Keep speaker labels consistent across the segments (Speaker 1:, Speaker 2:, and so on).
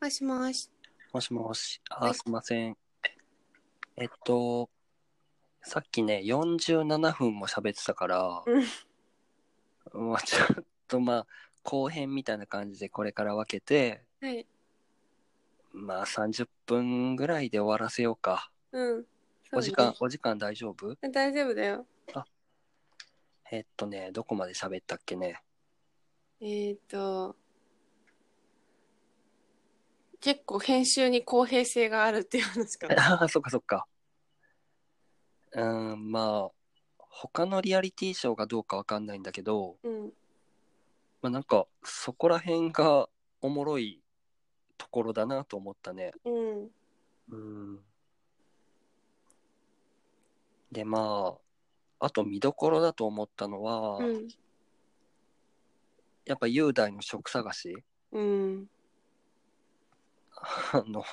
Speaker 1: もしもし。
Speaker 2: もしもし。
Speaker 1: は
Speaker 2: あ、
Speaker 1: い
Speaker 2: すいません。えっと、さっきね、47分も喋ってたから、まあちょっとまあ、後編みたいな感じでこれから分けて、
Speaker 1: はい。
Speaker 2: まあ30分ぐらいで終わらせようか。
Speaker 1: うん。そうね
Speaker 2: お時間、。お時間大丈夫
Speaker 1: 大丈夫だよ。
Speaker 2: えっとね、どこまで喋ったっけね。
Speaker 1: えっ、と、結構編集に公平性があるっていう話かな。
Speaker 2: ああ、そっかそっか。うーん、まあ、他のリアリティショーがどうかわかんないんだけど、
Speaker 1: うん。
Speaker 2: まあ、なんかそこら辺がおもろいところだなと思ったね。
Speaker 1: うん。
Speaker 2: うん、でまああと見どころだと思ったのは、
Speaker 1: うん。
Speaker 2: やっぱ雄大の職探し
Speaker 1: うん。
Speaker 2: あの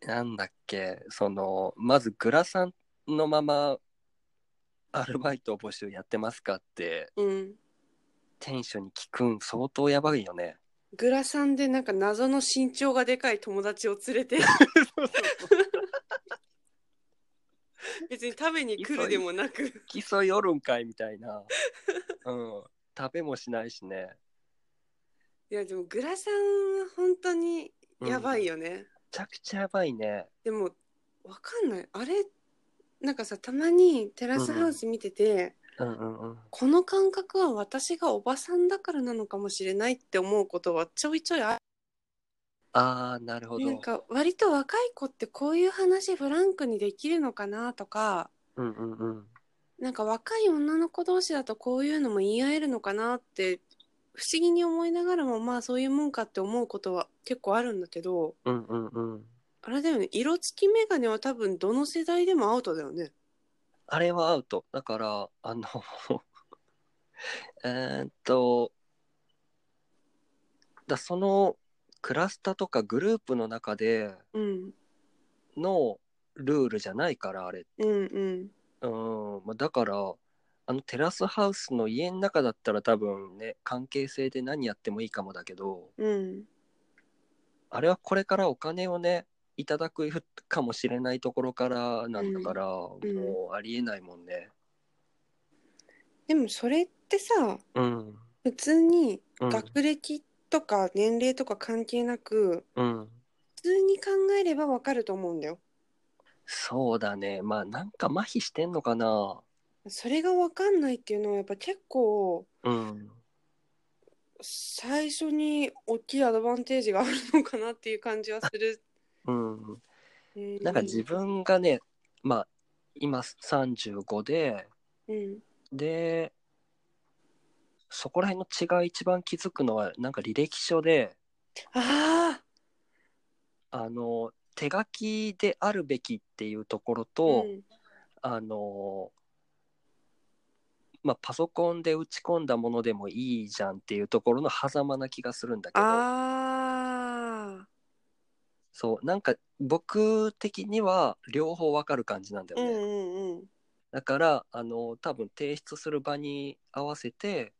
Speaker 2: なんだっけそのまずグラさんのままアルバイト募集やってますかって
Speaker 1: うん。
Speaker 2: 店主に聞くん相当やばいよね。
Speaker 1: グラさんでなんか謎の身長がでかい友達を連れ て、別に食べに来るでもなく。
Speaker 2: 競いおるんかいみたいな、うん、食べもしないしね
Speaker 1: いや、でもグラさんは本当にやばい
Speaker 2: よ、
Speaker 1: よね。
Speaker 2: めちゃくちゃやばいね
Speaker 1: でも、わかんない。あれ、なんかさ、たまにテラスハウス見てて、
Speaker 2: うんうんうん
Speaker 1: この感覚は私がおばさんだからなのかもしれないって思うことはちょいちょいあ
Speaker 2: ああなるほど
Speaker 1: なんか割と若い子ってこういう話フランクにできるのかなとか
Speaker 2: うんうんうん
Speaker 1: なんか若い女の子同士だとこういうのも言い合えるのかなって不思議に思いながらもまあそういうもんかって思うことは結構あるんだけど
Speaker 2: うんうんうん
Speaker 1: あれだよね色付き眼鏡は多分どの世代でもアウトだよね。
Speaker 2: あれはアウトだからあのえーっとだそのクラスターとかグループの中で
Speaker 1: うん、
Speaker 2: のルールじゃないからあれ
Speaker 1: うん、うん
Speaker 2: うん、まあだから、あのテラスハウスの家の中だったら多分ね、関係性で何やってもいいかもだけど、
Speaker 1: うん
Speaker 2: あれはこれからお金をね、いただくかもしれないところからなんだから、
Speaker 1: ん
Speaker 2: もうありえないもんね。
Speaker 1: でもそれってさ
Speaker 2: うん。
Speaker 1: 普通に
Speaker 2: うん。
Speaker 1: 学歴とか年齢とか関係なく
Speaker 2: うん。
Speaker 1: 普通に考えればわかると思うんだよ。
Speaker 2: そうだね。まあなんか麻痺してんのかな。
Speaker 1: それがわかんないっていうのはやっぱ結構
Speaker 2: うん。
Speaker 1: 最初に大きいアドバンテージがあるのかなっていう感じはする。
Speaker 2: うん。
Speaker 1: うん
Speaker 2: なんか自分がね、まあ今35で、
Speaker 1: うん
Speaker 2: で、そこら辺の血が一番気づくのは、なんか履歴書で、
Speaker 1: ああ
Speaker 2: あの、手書きであるべきっていうところと、
Speaker 1: うん
Speaker 2: あの、まあ、パソコンで打ち込んだものでもいいじゃんっていうところの狭間な気がするんだけど、
Speaker 1: あ
Speaker 2: そう、なんか僕的には両方わかる感じなんだ
Speaker 1: ーう
Speaker 2: よね。
Speaker 1: んうんうん
Speaker 2: だから、あの、多分提出する場に合わせて、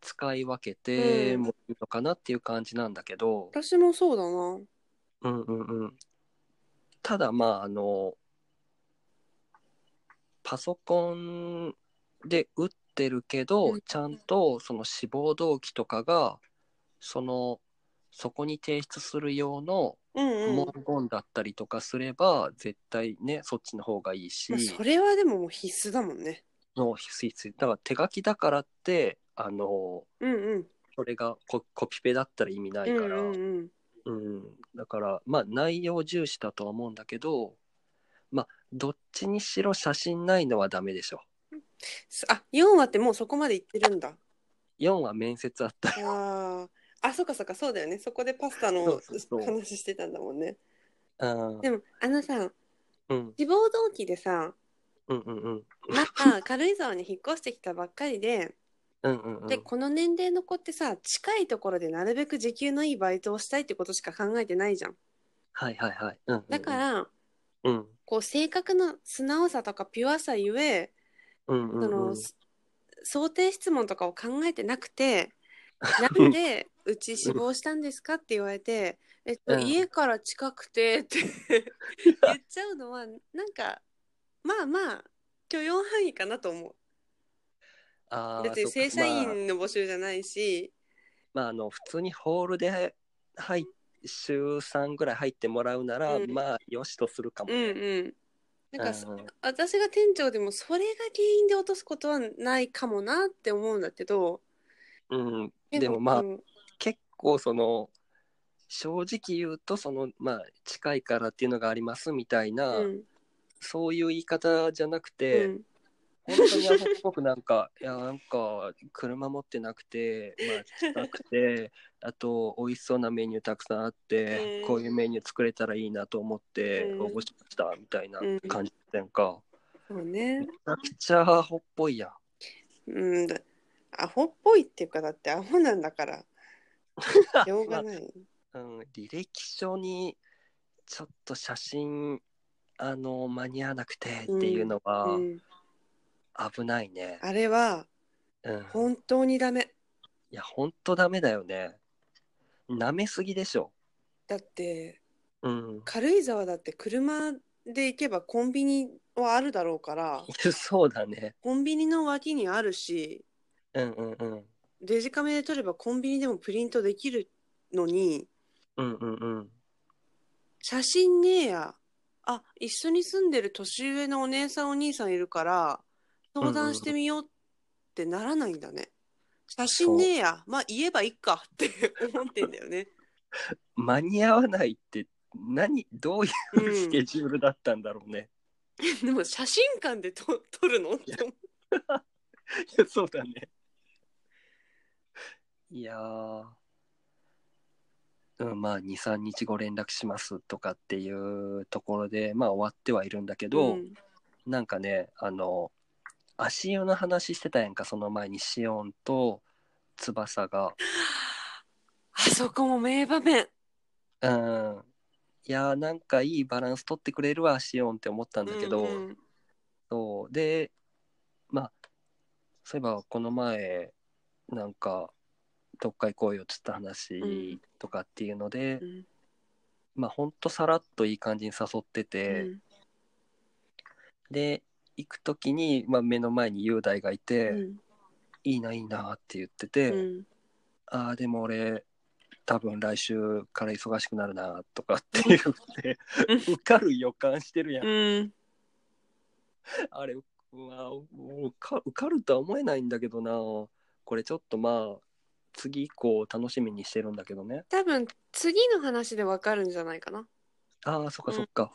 Speaker 2: 使い分けて
Speaker 1: うん
Speaker 2: もいいのかなっていう感じなんだけど、
Speaker 1: 私もそうだな。
Speaker 2: うんうんうん。ただ、まあ、あの、パソコンで打ってるけ
Speaker 1: う
Speaker 2: ど
Speaker 1: ん、
Speaker 2: ちゃんとその志望動機とかが、その、そこに提出する用の
Speaker 1: うんうん
Speaker 2: 文。言だったりとかすれば、絶対ね、そっちの方がいいし
Speaker 1: まあ、それはでももう必須だもんね。
Speaker 2: の必須だから手書きだからって、あの、
Speaker 1: うんうん。
Speaker 2: それがココピペだったら意味な
Speaker 1: う
Speaker 2: い
Speaker 1: ん
Speaker 2: か
Speaker 1: う
Speaker 2: ら、
Speaker 1: んうん。
Speaker 2: うん、だからまあ内容重視だとは思うんだけどまあどっちにしろ写真ないのはダメでしょ
Speaker 1: あ、4話ってもうそこまでいってるんだ。
Speaker 2: 4は面接あったよ
Speaker 1: ああ、あ、そうかそうか、そうだよね。そこでパスタ
Speaker 2: そう
Speaker 1: の
Speaker 2: そうそう
Speaker 1: 話してたんだもんね。
Speaker 2: うん
Speaker 1: でも、あのさ、
Speaker 2: うん
Speaker 1: 志望動機でさ、
Speaker 2: うんうんうん
Speaker 1: まあ、軽井沢に引っ越してきたばっかりで、
Speaker 2: うんうんうん
Speaker 1: で、この年齢の子ってさ、近いところでなるべく時給のいいバイトをしたいってことしか考えてないじゃん。
Speaker 2: はいはいはい、うんうんうん、
Speaker 1: だから、
Speaker 2: うん
Speaker 1: こう、性格の素直さとかピュアさゆえ、
Speaker 2: うん
Speaker 1: そ
Speaker 2: うんうん
Speaker 1: の、想定質問とかを考えてなくて、なんで、うち死亡したんですか?」って言われて「えっ
Speaker 2: う
Speaker 1: と、
Speaker 2: ん
Speaker 1: 家から近くて」って言っちゃうのはなんかまあまあ許容範囲かなと思う
Speaker 2: あー
Speaker 1: 別に
Speaker 2: そうか
Speaker 1: 正社
Speaker 2: まあ
Speaker 1: 員の募集じゃないし、
Speaker 2: まあ、あの普通にホールで入っ週3ぐらい入ってもらうなら、
Speaker 1: うん
Speaker 2: まあよしとするかも
Speaker 1: うん
Speaker 2: ね。
Speaker 1: うんなんかそ、
Speaker 2: うん
Speaker 1: 私が店長でもそれが原因で落とすことはないかもなって思うんだけど
Speaker 2: うん、でもまあ、
Speaker 1: うん
Speaker 2: 結構その正直言うとそのまあ近いからっていうのがありますみたいな、
Speaker 1: うん
Speaker 2: そういう言い方じゃなく
Speaker 1: う
Speaker 2: て、
Speaker 1: ん
Speaker 2: 本当にアホっぽくな んかいやなんか車持ってなくてまあ近く てあと美味しそうなメニューたくさんあって、
Speaker 1: うん
Speaker 2: こういうメニュー作れたらいいなと思って
Speaker 1: うん
Speaker 2: 応募しましたみたいな
Speaker 1: うん
Speaker 2: 感じやんか、
Speaker 1: そうね
Speaker 2: めちゃくちゃアホっぽいやん。
Speaker 1: うんだアホっぽいっていうかだってアホなんだから しょうがない、
Speaker 2: うん、履歴書にちょっと写真あの間に合わなくてっていうのは
Speaker 1: うん、
Speaker 2: 危ないね。
Speaker 1: あれは
Speaker 2: うんい
Speaker 1: 本当にダメ
Speaker 2: やほんとダメだよね。舐めすぎでしょ。
Speaker 1: だって
Speaker 2: うん、
Speaker 1: 軽井沢だって車で行けばコンビニはあるだろうから
Speaker 2: そうだね。
Speaker 1: コンビニの脇にあるし
Speaker 2: うんうんうん。
Speaker 1: デジカメで撮ればコンビニでもプリントできるのに
Speaker 2: うんうんうん。
Speaker 1: 写真ねえやあ一緒に住んでる年上のお姉さんお兄さんいるから相談してみようってならないんだね、写真ねえやまあ言えばいいかって思ってんだよ ね
Speaker 2: 間に合わないって何どういううスケ
Speaker 1: ん
Speaker 2: ジュールだったんだろうね。
Speaker 1: でも写真館でと撮るのって思う
Speaker 2: いや そうだね。いやーうん、まあ2、3日後連絡しますとかっていうところで、まあ終わってはいるんだけど、
Speaker 1: うん
Speaker 2: なんかね、あの、足湯の話してたやんか、その前にシオンと翼が。
Speaker 1: あそこも名場面
Speaker 2: うん。いやーなんかいいバランス取ってくれるわ、シオンって思ったんだけど、
Speaker 1: うんうん
Speaker 2: そうでまあそういえばこの前なんかどっか行こうよっつった話とかっていうので、
Speaker 1: うん
Speaker 2: まあほんとさらっといい感じに誘ってて、で行く時に、まあ、目の前に雄大がいて「
Speaker 1: うん
Speaker 2: いいないいな」って言って
Speaker 1: う
Speaker 2: て「
Speaker 1: ん
Speaker 2: ああでも俺多分来週から忙しくなるな」とかって言って
Speaker 1: うん
Speaker 2: 受かる予感してるやん。
Speaker 1: うん
Speaker 2: あれ、うわ、受か受かるとは思えないんだけどな。これちょっとまあ、次以降楽しみにしてるんだけどね。
Speaker 1: 多分次の話でわかるんじゃないかな
Speaker 2: ああ、そっかそっか。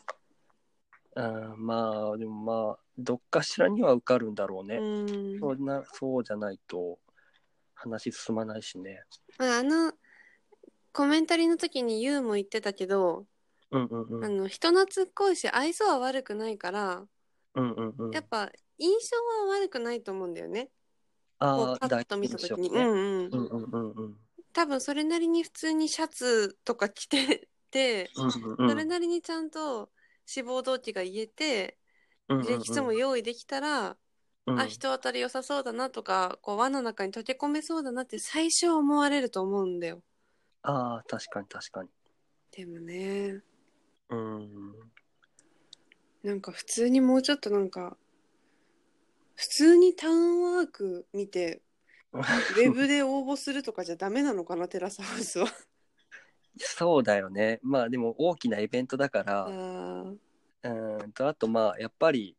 Speaker 2: あーまあ、でもまあ、どっかしらには受かるんだろうね。
Speaker 1: うん
Speaker 2: そんな、そうじゃないと話進まないしね。
Speaker 1: まああのコメンタリーの時にユウも言ってたけど、
Speaker 2: うんうんう
Speaker 1: あ
Speaker 2: ん。
Speaker 1: の人懐っこいし愛想は悪くないから
Speaker 2: うんうんうん
Speaker 1: やっ。ぱ印象は悪くないと思うんだよね、こ
Speaker 2: あ
Speaker 1: う
Speaker 2: あ、
Speaker 1: パッと見た
Speaker 2: 大
Speaker 1: 時
Speaker 2: 丈夫で
Speaker 1: に、
Speaker 2: しょうね
Speaker 1: うんうん
Speaker 2: うんうんうんうん。
Speaker 1: 多分それなりに普通にシャツとか着てて、
Speaker 2: うんう
Speaker 1: そ
Speaker 2: んう
Speaker 1: れ
Speaker 2: ん。
Speaker 1: なりにちゃんと志望動機が言えて
Speaker 2: うんうんうん
Speaker 1: 履歴書も用意できたら、
Speaker 2: うん
Speaker 1: あ人当たり良さそうだなとかこう輪の中に溶け込めそうだなって最初は思われると思うんだよ
Speaker 2: ああ、確かに確かに。
Speaker 1: でもね
Speaker 2: うん。
Speaker 1: なんか普通にもうちょっとなんか普通にタウンワーク見 てウェブで応募するとかじゃダメなのかなテラスハウスは。
Speaker 2: そうだよね。まあでも大きなイベントだから、
Speaker 1: あ
Speaker 2: う
Speaker 1: ー
Speaker 2: ーんとあとまあやっぱり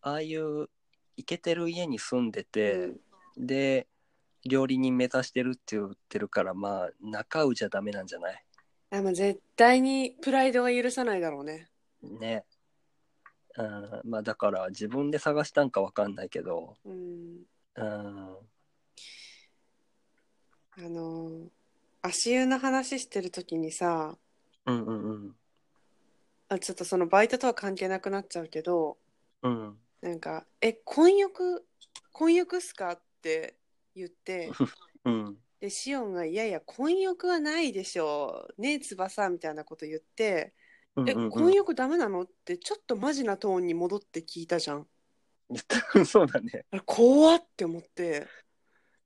Speaker 2: ああいうイケてる家に住んでて、で料理人目指してるって言ってるからまあ仲うじゃダメなんじゃない
Speaker 1: あまあ絶対にプライドは許さないだろうね。
Speaker 2: ね。うんまあだから自分で探したんかわかんないけど、
Speaker 1: うん、
Speaker 2: うん、
Speaker 1: あのー足湯の話してる時にさ
Speaker 2: うんうんうん
Speaker 1: あちょっとそのバイトとは関係なくなっちゃうけど、
Speaker 2: うん
Speaker 1: なんか「え婚約婚約っすか?」って言って
Speaker 2: うん
Speaker 1: でシオンが「いやいや婚約はないでしょうねえ翼」みたいなこと言って
Speaker 2: う
Speaker 1: 「え
Speaker 2: んうん
Speaker 1: 婚約ダメなの?」ってちょっとマジなトーンに戻って聞いたじゃん。
Speaker 2: うん そうだね
Speaker 1: あれ怖って思って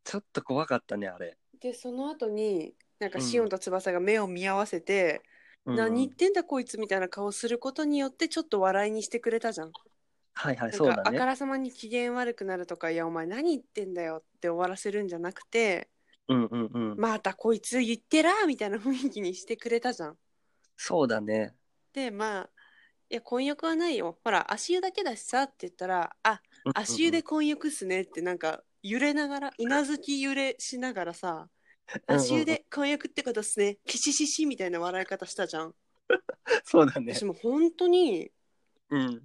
Speaker 2: ちょっと怖かったねあれ
Speaker 1: でその後になんかシオンと翼が目を見合わせて、
Speaker 2: うん
Speaker 1: 何言ってんだこいつみたいな顔することによってちょっと笑いにしてくれたじゃん。
Speaker 2: はいはい、
Speaker 1: なん
Speaker 2: そう
Speaker 1: か
Speaker 2: だ
Speaker 1: あ
Speaker 2: ね
Speaker 1: か。らさまに機嫌悪くなるとか「いやお前何言ってんだよ」って終わらせるんじゃなくて
Speaker 2: うんうんう
Speaker 1: 「
Speaker 2: ん。
Speaker 1: またこいつ言ってら」みたいな雰囲気にしてくれたじゃん。
Speaker 2: そうだね。
Speaker 1: でまあ「いや混浴はないよほら足湯だけだしさ」って言ったら「あ
Speaker 2: うんうんうん
Speaker 1: 足湯で混浴っすね」ってなんか揺れながらうなずき揺れしながらさ「
Speaker 2: うんうんうん
Speaker 1: 足湯で混浴ってことっすねキシシシ」みたいな笑い方したじゃん。
Speaker 2: そうだね。
Speaker 1: 私もう本当に
Speaker 2: うん。い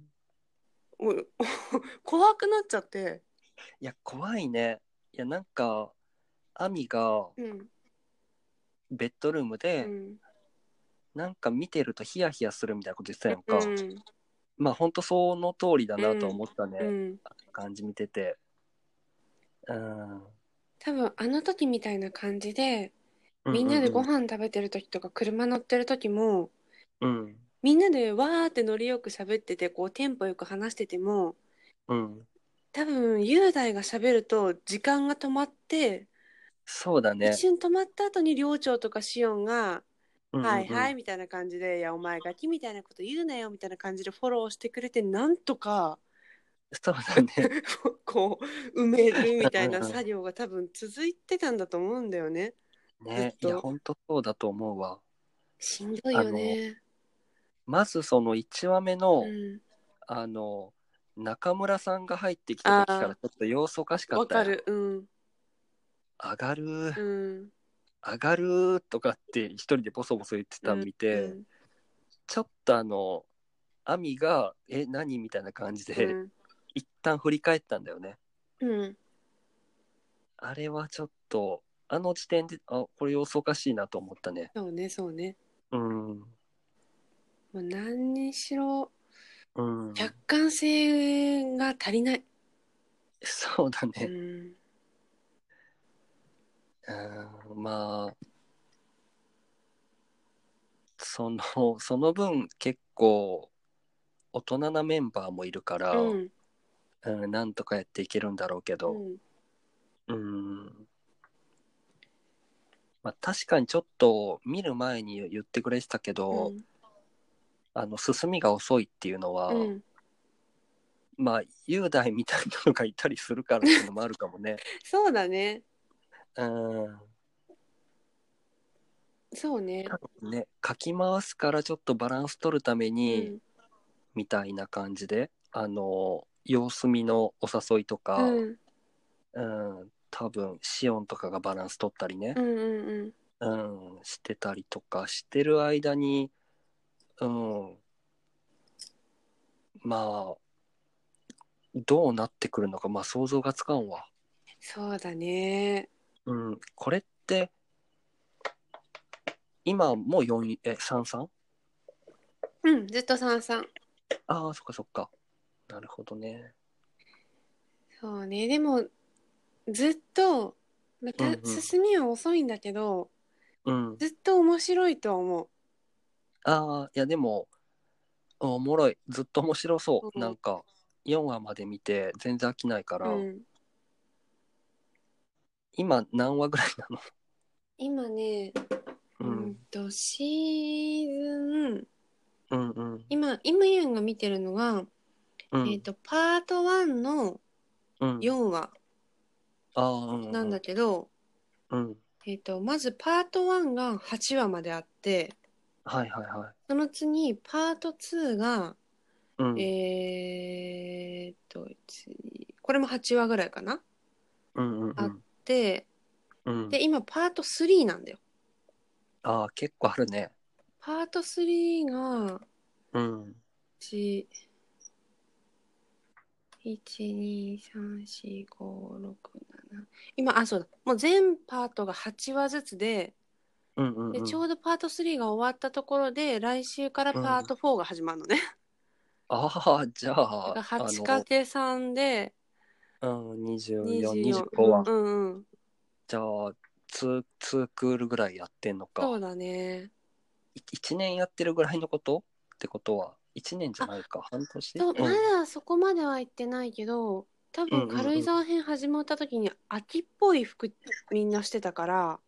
Speaker 1: もう 怖くなっちゃって。
Speaker 2: や、怖いね。いや、なんか、アミが
Speaker 1: うん
Speaker 2: ベッドルーム
Speaker 1: う
Speaker 2: で、
Speaker 1: ん
Speaker 2: なんか見てるとヒヤヒヤするみたいなこと言ってたやんか。
Speaker 1: うん
Speaker 2: まあ、ほんとその通りだなとは思ったね。
Speaker 1: うん
Speaker 2: 感じ見てて。うん。
Speaker 1: 多分あの時みたいな感じでみんなでご飯食べてる時とか車乗ってる時も
Speaker 2: うん
Speaker 1: みんなでわーってノリよく喋っててこうテンポよく話してても
Speaker 2: うん。
Speaker 1: 多分雄大が喋ると時間が止まって、
Speaker 2: そうだね。
Speaker 1: 一。瞬止まった後に寮長とかシオンが「はいはいい」みたいな感じで「いやお前ガキみたいなこと言うなよ」みたいな感じでフォローしてくれてなんと か
Speaker 2: そうだね。
Speaker 1: こう埋めるみたい
Speaker 2: うん
Speaker 1: な
Speaker 2: うんうん
Speaker 1: 作業が多分続いてたんだと思うんだよね。
Speaker 2: ねい
Speaker 1: ずっと
Speaker 2: や、ほんとそうだと思うわ。
Speaker 1: しんどいよね。
Speaker 2: まずその1話目の、
Speaker 1: うん
Speaker 2: あの、中村さんが入ってきた時か
Speaker 1: あー
Speaker 2: らちょっと様子おかしか
Speaker 1: わ
Speaker 2: った
Speaker 1: か
Speaker 2: よ
Speaker 1: る。うん。
Speaker 2: 上がるー、
Speaker 1: うん。
Speaker 2: 上がるーとかって一人でボソボソ言ってたの見て、
Speaker 1: うん
Speaker 2: ちょっとあの、アミが、え、何みたいな感じで、
Speaker 1: うん
Speaker 2: 一旦振り返ったんだよね。
Speaker 1: うん。
Speaker 2: あれはちょっと、あの時点で、あ、これ様子おかしいなと思ったね。
Speaker 1: そうね、そうね。
Speaker 2: うん。
Speaker 1: もう何にしろ
Speaker 2: うん。
Speaker 1: 客観性が足りない。
Speaker 2: そうだ
Speaker 1: う
Speaker 2: ね。
Speaker 1: ん。
Speaker 2: うん、まあ、その、その分結構、大人なメンバーもいるから、
Speaker 1: う
Speaker 2: うん
Speaker 1: ん。
Speaker 2: なんとかやっていけるんだろうけ
Speaker 1: う
Speaker 2: ど、
Speaker 1: ん
Speaker 2: うん。まあ、確かにちょっと見る前に言ってくれてたけど、あの進みが遅いっていうのは、
Speaker 1: うん。
Speaker 2: まあ雄大みたいなのがいたりするからっていうのもあるかも ね。
Speaker 1: そうだね。
Speaker 2: うん
Speaker 1: そうね。
Speaker 2: ね、かき回すからちょっとバランス取るため
Speaker 1: う
Speaker 2: に、
Speaker 1: ん。
Speaker 2: みたいな感じであの様子見のお誘いとか、
Speaker 1: う
Speaker 2: うん
Speaker 1: ん。
Speaker 2: 多分シオンとかがバランス取ったりね
Speaker 1: う、んうんうん。
Speaker 2: うんしてたりとかしてる間に、うん、まあどうなってくるのか、まあ、想像がつかんわ。
Speaker 1: そうだね。
Speaker 2: うん、これって今もう4え 33?
Speaker 1: うん。ずっと三三。
Speaker 2: ああそっかそっかなるほどね
Speaker 1: そうね。でも、ずっと、また
Speaker 2: うんうん
Speaker 1: 進みは遅いんだけど、
Speaker 2: うん
Speaker 1: ずっと面白いとは思う。
Speaker 2: ああいやでもおもろいずっと面白そう、
Speaker 1: うん
Speaker 2: なんか4話まで見て全然飽きないから、
Speaker 1: うん。
Speaker 2: 今何話ぐらいなの
Speaker 1: 今ね、
Speaker 2: う
Speaker 1: うん
Speaker 2: ん、
Speaker 1: と、シーズン、
Speaker 2: うんうん
Speaker 1: 今、今ユンが見てるのが、
Speaker 2: うん
Speaker 1: えっ、と、パート1の
Speaker 2: うん
Speaker 1: 4話
Speaker 2: ああうん
Speaker 1: なんだけど、
Speaker 2: うん
Speaker 1: えっ、と、まずパート1が8話まであって、
Speaker 2: はいはいはい
Speaker 1: その次、パート2が、
Speaker 2: うん、
Speaker 1: えっ、と、1これも8話ぐらいかな
Speaker 2: うんうんうん
Speaker 1: で、
Speaker 2: うん
Speaker 1: で、今、パート3なんだよ。
Speaker 2: ああ結構あるね
Speaker 1: パート3が、
Speaker 2: うん
Speaker 1: 1 1,2,3,4,5,6,7今あそうだもう全パートが8話ずつで
Speaker 2: うんうんう
Speaker 1: で
Speaker 2: ん
Speaker 1: ちょうどパート3が終わったところで来週からパート4が始まるのね、
Speaker 2: ああじゃあ
Speaker 1: だから
Speaker 2: あの
Speaker 1: 8×3 で
Speaker 2: うん、24、25
Speaker 1: 24
Speaker 2: は。
Speaker 1: うんうん
Speaker 2: じゃあ、2、2クールぐらいやってんの
Speaker 1: そ
Speaker 2: か。
Speaker 1: うだね
Speaker 2: い1年やってるぐらいのことってことは、1年じゃないか、半年
Speaker 1: そうま
Speaker 2: ん、
Speaker 1: だそこまでは行ってないけど多
Speaker 2: うんう
Speaker 1: 分
Speaker 2: んうん
Speaker 1: 軽井沢編始まった時に秋っぽい服みんなしてたから、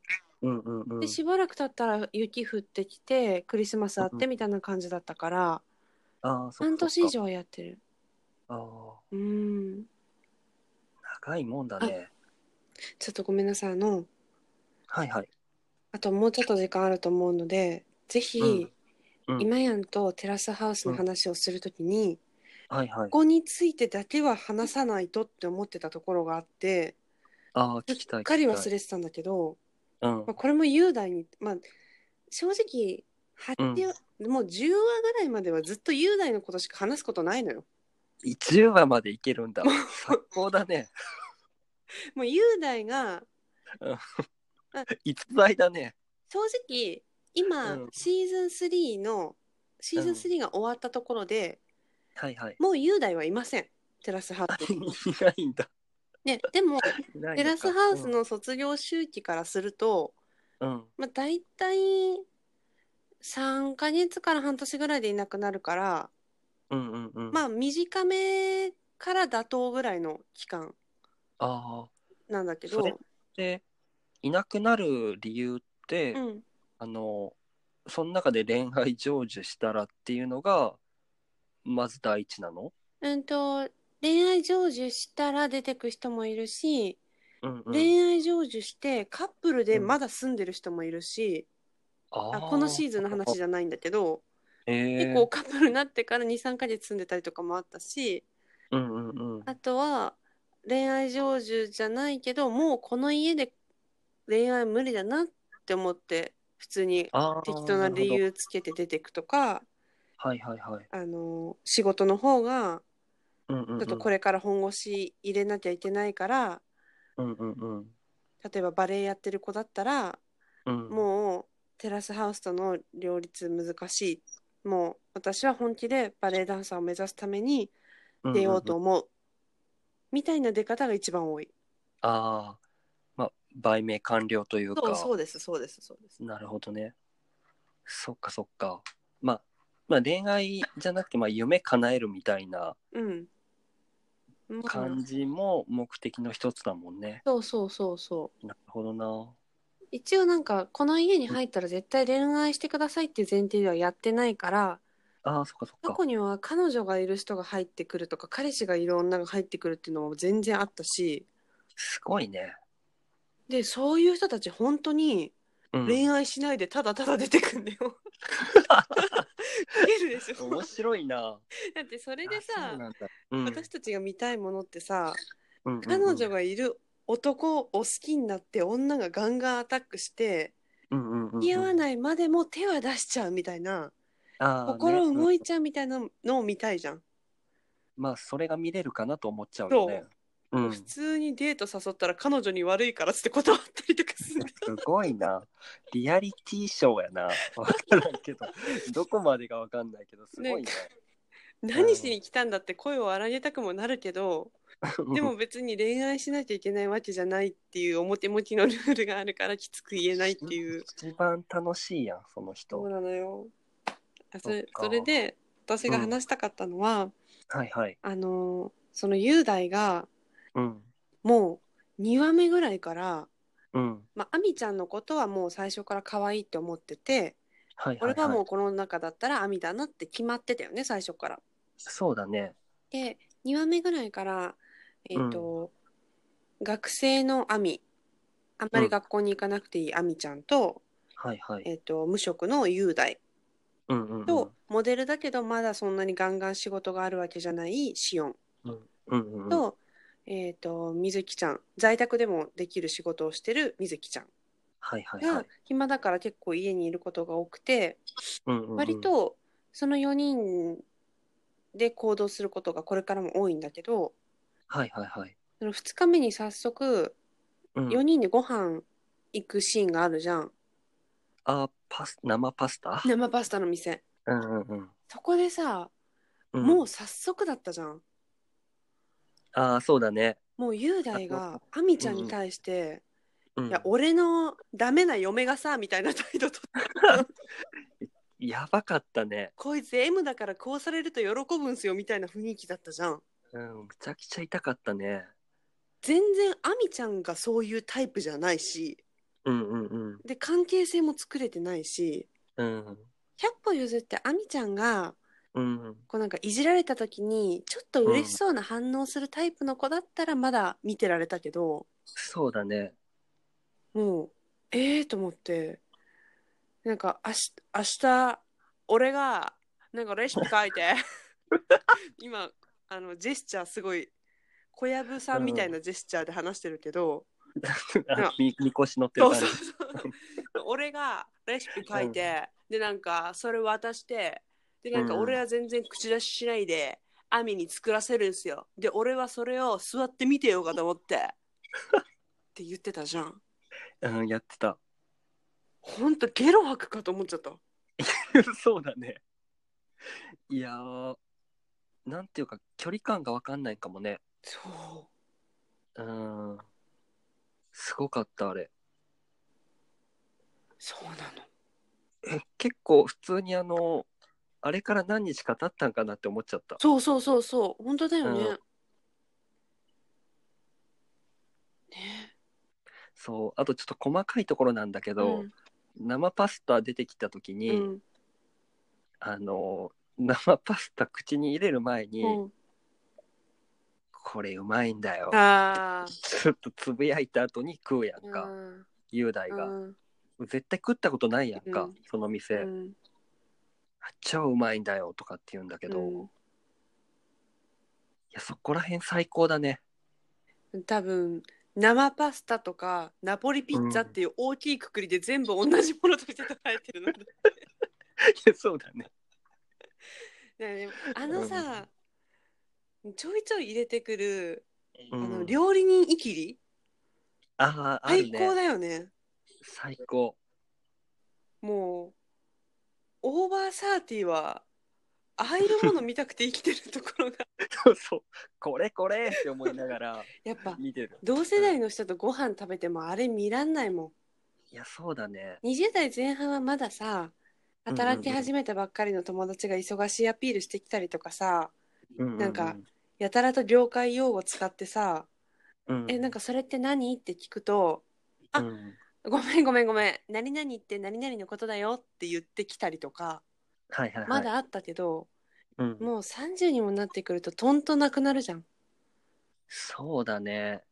Speaker 2: うんうんうん
Speaker 1: でしばらく経ったら雪降ってきてクリスマスあっ
Speaker 2: うんう
Speaker 1: てみたいな感じだったから、
Speaker 2: ああそっかそっか
Speaker 1: 半年以上はやってる
Speaker 2: あ
Speaker 1: うん
Speaker 2: あ長いもんだね
Speaker 1: ちょっとごめんなさいあの
Speaker 2: はいはい
Speaker 1: あともうちょっと時間あると思うのでぜひ、
Speaker 2: うんうん
Speaker 1: 今やんとテラスハウスの話をするときに、
Speaker 2: はいは
Speaker 1: こ
Speaker 2: い
Speaker 1: こについてだけは話さないとって思ってたところがあって
Speaker 2: ああ聞
Speaker 1: すっ
Speaker 2: きたい
Speaker 1: かり
Speaker 2: 聞きた
Speaker 1: 忘
Speaker 2: い
Speaker 1: れてたんだけど、
Speaker 2: うん
Speaker 1: まあ、これも雄大に、まあ、正直8話、もう10話ぐらいまではずっと雄大のことしか話すことないのよ。
Speaker 2: 10話までいけるんだ最高だね
Speaker 1: もう雄大が
Speaker 2: 逸材だね
Speaker 1: 正直今、
Speaker 2: うん
Speaker 1: シーズン3のシーズン
Speaker 2: うん
Speaker 1: 3が終わったところで、
Speaker 2: はい はい
Speaker 1: もう雄大はいませんテラスハウスに。
Speaker 2: いないんだ
Speaker 1: ね、でも
Speaker 2: いないのか
Speaker 1: テラスハウスの卒業周期からすると、
Speaker 2: うんうん
Speaker 1: まあ、大体3ヶ月から半年ぐらいでいなくなるから、
Speaker 2: うんうんうん
Speaker 1: まあ短めから妥当ぐらいの期間
Speaker 2: ああ
Speaker 1: なんだけど
Speaker 2: それでいなくなる理由って、
Speaker 1: うん、
Speaker 2: あのその中で恋愛成就したらっていうのがまず第一なの、
Speaker 1: うんと恋愛成就したら出てく人もいるし、
Speaker 2: うんうん
Speaker 1: 恋愛成就してカップルでまだ住んでる人もいるし、あこのシーズンの話
Speaker 2: じ
Speaker 1: じゃないんだけど、
Speaker 2: ゃ、え
Speaker 1: 結構カップルになってから23ヶ月住んでたりとかもあったし
Speaker 2: うんうんうん
Speaker 1: あとは恋愛成就じゃないけどもうこの家で恋愛無理だなって思って普通に
Speaker 2: あー
Speaker 1: 適当な理
Speaker 2: る
Speaker 1: 由つけて出てくとか
Speaker 2: ほどはいはいはい、
Speaker 1: あの仕事の方が
Speaker 2: うんうんうん、
Speaker 1: ちょっとこれから本腰入れなきゃいけないから、
Speaker 2: うんうんうん
Speaker 1: 例えばバレエやってる子だったら
Speaker 2: うん
Speaker 1: もうテラスハウスとの両立難しいもう私は本気でバレエダンサーを目指すために
Speaker 2: うんんん
Speaker 1: 出ようと思うみたいな出方が一番多い。
Speaker 2: ああまあ売名完了というか
Speaker 1: そうそうですそうですそうです。
Speaker 2: なるほどねそっかそっかまあまあ恋愛じゃなくてまあ夢叶えるみたいな
Speaker 1: うん。
Speaker 2: 感じも目的の一つだもんね、
Speaker 1: そうそうそうそう
Speaker 2: なるほどな
Speaker 1: 一応なんかこの家に入ったら絶対恋愛してくださいっていう前提ではやってないから
Speaker 2: ああそっかそっ
Speaker 1: 過
Speaker 2: か
Speaker 1: 去には彼女がいる人が入ってくるとか彼氏がいる女が入ってくるっていうのも全然あったし
Speaker 2: すごいね、
Speaker 1: でそういう人たち本当に
Speaker 2: うん、
Speaker 1: 恋愛しないでただただ出てくんだよ。 ウケるでしょ
Speaker 2: 面白いな
Speaker 1: だってそれで
Speaker 2: あそう
Speaker 1: さ
Speaker 2: なんだうん
Speaker 1: 私たちが見たいものってさ
Speaker 2: うんうんうん
Speaker 1: 彼女がいる男を好きになって女がガンガンアタックして
Speaker 2: うんうんうんうん
Speaker 1: 付き合わないまでも手は出しちゃうみたいな、
Speaker 2: あーね
Speaker 1: 心動
Speaker 2: うん
Speaker 1: いちゃうみたいなのを見たいじゃん、
Speaker 2: まあそれが見れるかなと思っちゃうよねうん
Speaker 1: 普通にデート誘ったら彼女に悪いからっつって断ったりとか するんだ
Speaker 2: すごいな。リアリティショーやな。わからんけ ど、どこまでがわかんないけど、すごいね。
Speaker 1: 何しに来たんだって声を荒げたくもなるけどで
Speaker 2: う
Speaker 1: も
Speaker 2: ん、
Speaker 1: 別に恋愛しなきゃいけないわけじゃないっていう表向きのルールがあるからきつく言えないっていう
Speaker 2: 一番楽しいやん、その人。
Speaker 1: そうなのよあそれ
Speaker 2: そっか
Speaker 1: それで私が話したかったのは、
Speaker 2: はいはい。
Speaker 1: あのその雄大が
Speaker 2: うん。
Speaker 1: もう2話目ぐらいから
Speaker 2: うん。
Speaker 1: まあ、アミちゃんのことはもう最初から可愛いって思ってて、
Speaker 2: はいはい、
Speaker 1: 俺が
Speaker 2: は
Speaker 1: も
Speaker 2: い。
Speaker 1: うこの中だったらアミだなって決まってたよね、最初から。
Speaker 2: そうだね。
Speaker 1: で、2話目ぐらいから、えっ、と、学生のアミ、あんまり学校に行かなくていいアミちゃんと、
Speaker 2: はいはい。
Speaker 1: えっ、と、無職の雄大
Speaker 2: うんうんうん。
Speaker 1: と、モデルだけどまだそんなにガンガン仕事があるわけじゃないシオン
Speaker 2: うんうんうん、
Speaker 1: と、えっ、と、水木ちゃん、在宅でもできる仕事をしてる水木ちゃん
Speaker 2: はいはいは
Speaker 1: が
Speaker 2: い。
Speaker 1: 暇だから結構家にいることが多くて、
Speaker 2: うんうんうん
Speaker 1: 割、とその4人で行動することがこれからも多いんだけど
Speaker 2: はいはいはい。
Speaker 1: その2日目に早速
Speaker 2: うん
Speaker 1: 4人でご飯行くシーンがあるじゃん
Speaker 2: あ、パス、生パスタ
Speaker 1: 生パスタの店
Speaker 2: うんうんうん
Speaker 1: そこでさ、
Speaker 2: うん。
Speaker 1: もう早速だったじゃん
Speaker 2: ああ、そうだね。
Speaker 1: もう雄大が亜美ちゃんに対して
Speaker 2: う
Speaker 1: 「
Speaker 2: ん
Speaker 1: いや俺のダメな嫁がさ」みたいな態度と
Speaker 2: やばかったね。
Speaker 1: 「こいつ M だからこうされると喜ぶんすよ」みたいな雰囲気だったじゃん
Speaker 2: うん、むちゃくちゃ痛かったね。
Speaker 1: 全然亜美ちゃんがそういうタイプじゃないし
Speaker 2: うんうんうん。
Speaker 1: で関係性も作れてないし
Speaker 2: うん。
Speaker 1: 100歩譲ってあみちゃんが
Speaker 2: うん。
Speaker 1: こうなんかいじられた時にちょっと嬉しそうな反応するタイプの子だったらまだ見てられたけど、
Speaker 2: そうだね。
Speaker 1: もうええと思ってなんか明日明日俺がなんかレシピ書いて 今あのジェスチャーすごい小籔さんみたいなジェスチャーで話してるけど、
Speaker 2: あみ、みこし乗ってる
Speaker 1: そう
Speaker 2: 感じ
Speaker 1: そう。そう俺がレシピ書いて、でなんかそれ渡してでなんか
Speaker 2: うん
Speaker 1: 俺は全然口出ししないで、アミに作らせるんすよで俺はそれを座って見てようかと思って って言ってたじゃん
Speaker 2: うん、やってた。
Speaker 1: ほんとゲロ吐くかと思っちゃった
Speaker 2: そうだね。いやー、なんていうか、距離感がわかんないかもね。
Speaker 1: そう
Speaker 2: うん。すごかった、あれ。
Speaker 1: そうなの
Speaker 2: え結構、普通にあの、あれから何日か経ったんかなって思っちゃった。
Speaker 1: そうそうそうそう本当だよね、
Speaker 2: うん
Speaker 1: ね
Speaker 2: そう。あと、ちょっと細かいところなんだけど、
Speaker 1: うん
Speaker 2: 生パスタ出てきた時に、
Speaker 1: うん
Speaker 2: あの、生パスタ口に入れる前に、
Speaker 1: うん
Speaker 2: これうまいんだよ。
Speaker 1: あー
Speaker 2: ちょっとつぶやいた後に食うやんか、
Speaker 1: うん
Speaker 2: 雄大が。
Speaker 1: うん
Speaker 2: 絶対食ったことないやんか、
Speaker 1: うん
Speaker 2: その店、
Speaker 1: うん
Speaker 2: 超うまいんだよとかって言うんだけど、い
Speaker 1: うん
Speaker 2: やそこら辺最高だね
Speaker 1: 多分生パスタとかナポリピッツァっていう大きいくくりで全部同じものとして捉えてるので
Speaker 2: いや そうだね
Speaker 1: ねでもあのさ、ちょいちょい入れてくる、
Speaker 2: う
Speaker 1: あの
Speaker 2: ん、
Speaker 1: 料理人いきり
Speaker 2: ああある
Speaker 1: 最高
Speaker 2: ね
Speaker 1: だよね
Speaker 2: 最高
Speaker 1: もうオーバーサーティはああいうもの見たくて生きてるところが
Speaker 2: そうそうこれこれって思いながら
Speaker 1: やっぱ
Speaker 2: 見てる
Speaker 1: 同世代の人とご飯食べてもあれ見らんないも
Speaker 2: いやそうだね
Speaker 1: ん20代前半はまださ働き始めたばっかりの友達が忙しいアピールしてきたりとかさなんか、やたらと業界用語使ってさ「
Speaker 2: うん、
Speaker 1: えなんか
Speaker 2: か、
Speaker 1: それって何?」って聞くとあ
Speaker 2: うん
Speaker 1: 「ごめんごめんごめん何々って何々のことだよ」って言ってきたりとか
Speaker 2: はいはいはい
Speaker 1: ま、だあったけど、
Speaker 2: うん、
Speaker 1: もう30にもなってくるととんとなくなるじゃん。
Speaker 2: そうだね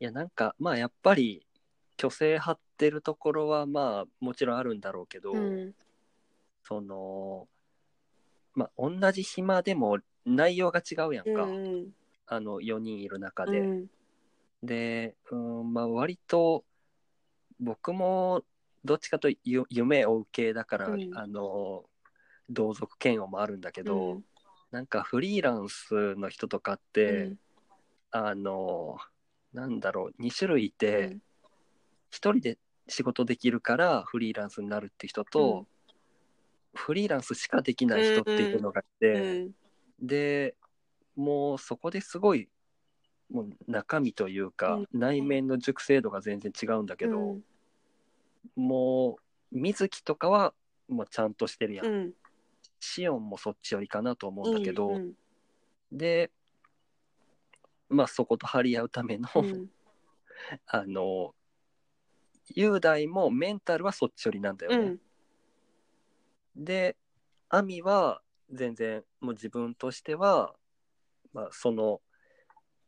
Speaker 2: いやなんかまあやっぱり虚勢張ってるところはまあもちろんあるんだろうけど、
Speaker 1: うん
Speaker 2: そのまあ同じ暇でも内容が違うやん
Speaker 1: うん
Speaker 2: か、
Speaker 1: うん
Speaker 2: あの4人いる中で、
Speaker 1: うん
Speaker 2: でうんまあ割と僕もどっちかというゆ夢追う系だから、
Speaker 1: うん
Speaker 2: あの同族嫌悪もあるんだけど、
Speaker 1: うん
Speaker 2: なんかフリーランスの人とかって、あのなんだろう2種類いて、
Speaker 1: うん
Speaker 2: 一人で仕事できるからフリーランスになるって人と、フリーランスしかできない人っていうのがあって、
Speaker 1: うん
Speaker 2: でもうそこですごいもう中身というか、
Speaker 1: うん
Speaker 2: 内面の熟成度が全然違うんだけど、
Speaker 1: うん
Speaker 2: もう水木とかはもうちゃんとしてるやん、
Speaker 1: うん
Speaker 2: シオンもそっち寄りかなと思うんだけど、
Speaker 1: うん
Speaker 2: でまあそこと張り合うための、
Speaker 1: うん
Speaker 2: あの雄大もメンタルはそっち寄りなんだよ
Speaker 1: う
Speaker 2: ね。
Speaker 1: ん
Speaker 2: で亜美は全然もう自分としては、まあ、その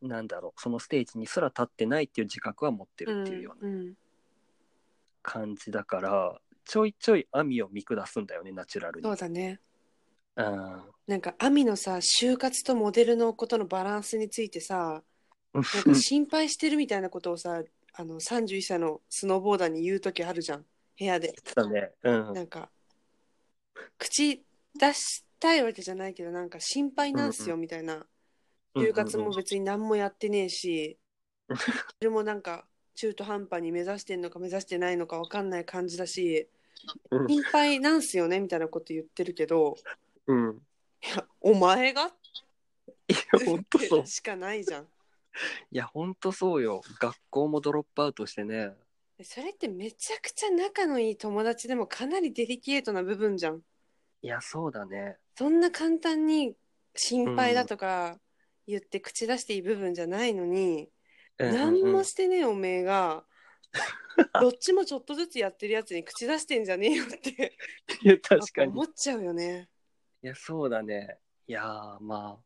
Speaker 2: なんだろうそのステージにすら立ってないっていう自覚は持ってるっていうような
Speaker 1: うん
Speaker 2: 感じだから、ちょいちょい亜美を見下すんだよねナチュラルに。
Speaker 1: そうだね
Speaker 2: うん
Speaker 1: なんかアミのさ就活とモデルのことのバランスについてさなんか心配してるみたいなことをさあの31歳のスノーボーダーに言う時あるじゃん部屋で
Speaker 2: だね、うん、
Speaker 1: なんか口出したいわけじゃないけどなんか心配なんすよみたいな就活も別に何もやってねえし、
Speaker 2: うんうん
Speaker 1: それもなんか中途半端に目指してんのか目指してないのか分かんない感じだし、
Speaker 2: うん
Speaker 1: 心配なんすよねみたいなこと言ってるけど、
Speaker 2: うんうん、
Speaker 1: いやお前がっ
Speaker 2: いや 本当そう
Speaker 1: てしかないじゃん。
Speaker 2: いや本当そうよ学校もドロップアウトしてね
Speaker 1: それってめちゃくちゃ仲のいい友達でもかなりデリケートな部分じゃん。
Speaker 2: いやそうだね
Speaker 1: そんな簡単に心配だとか言って口出していい部分じゃないのに、
Speaker 2: うんうんうん
Speaker 1: 何もしてねえおめえがどっちもちょっとずつやってるやつに口出してんじゃねえよって
Speaker 2: いや、確か
Speaker 1: やっぱ
Speaker 2: に。
Speaker 1: 思っちゃうよね。
Speaker 2: いや、そうだね。いやー、ま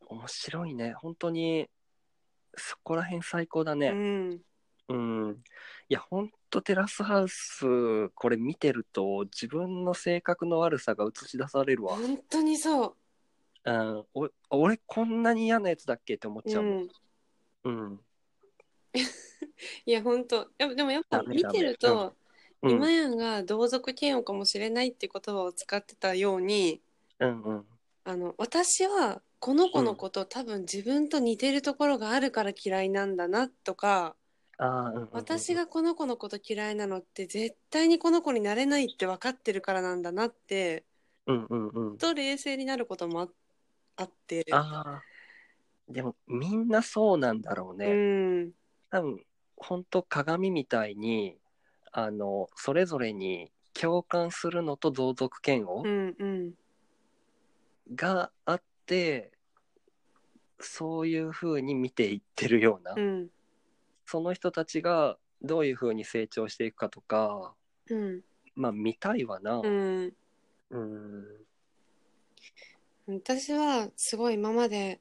Speaker 2: あ、面白いね。本当に、そこら辺最高だ
Speaker 1: う
Speaker 2: ね。
Speaker 1: ん、
Speaker 2: うん。いや、本当テラスハウス、これ見てると、自分の性格の悪さが映し出されるわ。
Speaker 1: 本当にそう。
Speaker 2: うん。お俺、こんなに嫌なやつだっけって思っちゃ
Speaker 1: う
Speaker 2: うもん。
Speaker 1: ん、
Speaker 2: うん。
Speaker 1: いや本当やっぱでもやっぱ
Speaker 2: ダメ
Speaker 1: 見てると、
Speaker 2: うん。
Speaker 1: 今やんが同族嫌悪かもしれないって言葉を使ってたように
Speaker 2: うんうん。
Speaker 1: あの私はこの子のこと、多分自分と似てるところがあるから嫌いなんだなとか
Speaker 2: あーうんうんうん
Speaker 1: 私がこの子のこと嫌いなのって絶対にこの子になれないって分かってるからなんだなって
Speaker 2: うんうんうん。
Speaker 1: と冷静になることもああって。
Speaker 2: ああ。でも、みんなそうなんだろうね。
Speaker 1: うん
Speaker 2: 多分本当鏡みたいにあのそれぞれに共感するのと同族嫌
Speaker 1: う
Speaker 2: 悪
Speaker 1: んうん
Speaker 2: があって、そういう風に見ていってるような、
Speaker 1: うん
Speaker 2: その人たちがどういう風に成長していくかとか
Speaker 1: うん
Speaker 2: まあ見たいわな。
Speaker 1: うん
Speaker 2: うん
Speaker 1: 私はすごい今まで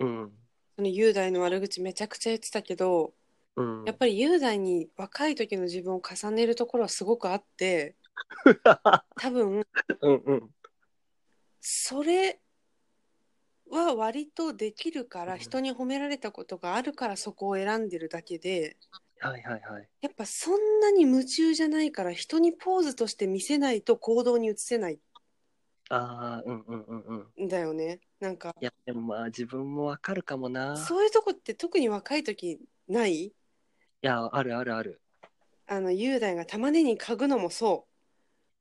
Speaker 2: うん
Speaker 1: その雄大の悪口めちゃくちゃ言ってたけど
Speaker 2: うん、
Speaker 1: やっぱり雄大に若い時の自分を重ねるところはすごくあって多分
Speaker 2: り うんうん
Speaker 1: それは割とできるか
Speaker 2: う
Speaker 1: ら
Speaker 2: ん
Speaker 1: 人に褒められたことがあるからそこを選んでるだけで
Speaker 2: はいはいはい
Speaker 1: やっぱそんなに夢中じゃないから人にポーズとして見せないと行動に移せない
Speaker 2: ああうんうんうんうん
Speaker 1: んだよねなんか
Speaker 2: いやでもまあ自分もわかるかもな
Speaker 1: そういうとこって特に若い時ない
Speaker 2: いやあるあるある
Speaker 1: あの雄大が玉ねぎ嗅ぐのもそ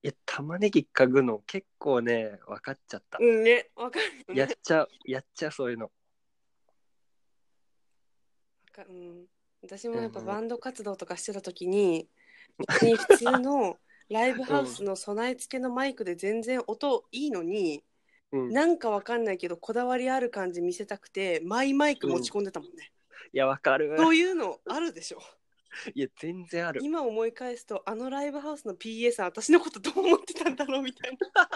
Speaker 2: いや、玉ねぎ嗅ぐの結構ね、分かっちゃった
Speaker 1: う。。うんね、わかる。
Speaker 2: やっちゃう、やっちゃう、そういうの。
Speaker 1: かうん、私もやっぱ
Speaker 2: うん
Speaker 1: バンド活動とかしてた時に、別に普通のライブハウスの備え付けのマイクで全然音いいのに、
Speaker 2: うん、い
Speaker 1: なんかわかんないけどこだわりある感じ見せたくてマイマイク持ち込んでたもんね、
Speaker 2: や、分かる。
Speaker 1: そういうのあるでしょ
Speaker 2: いや、全然ある。
Speaker 1: 今思い返すとあのライブハウスの PA さん私のことどう思ってたんだろうみたいな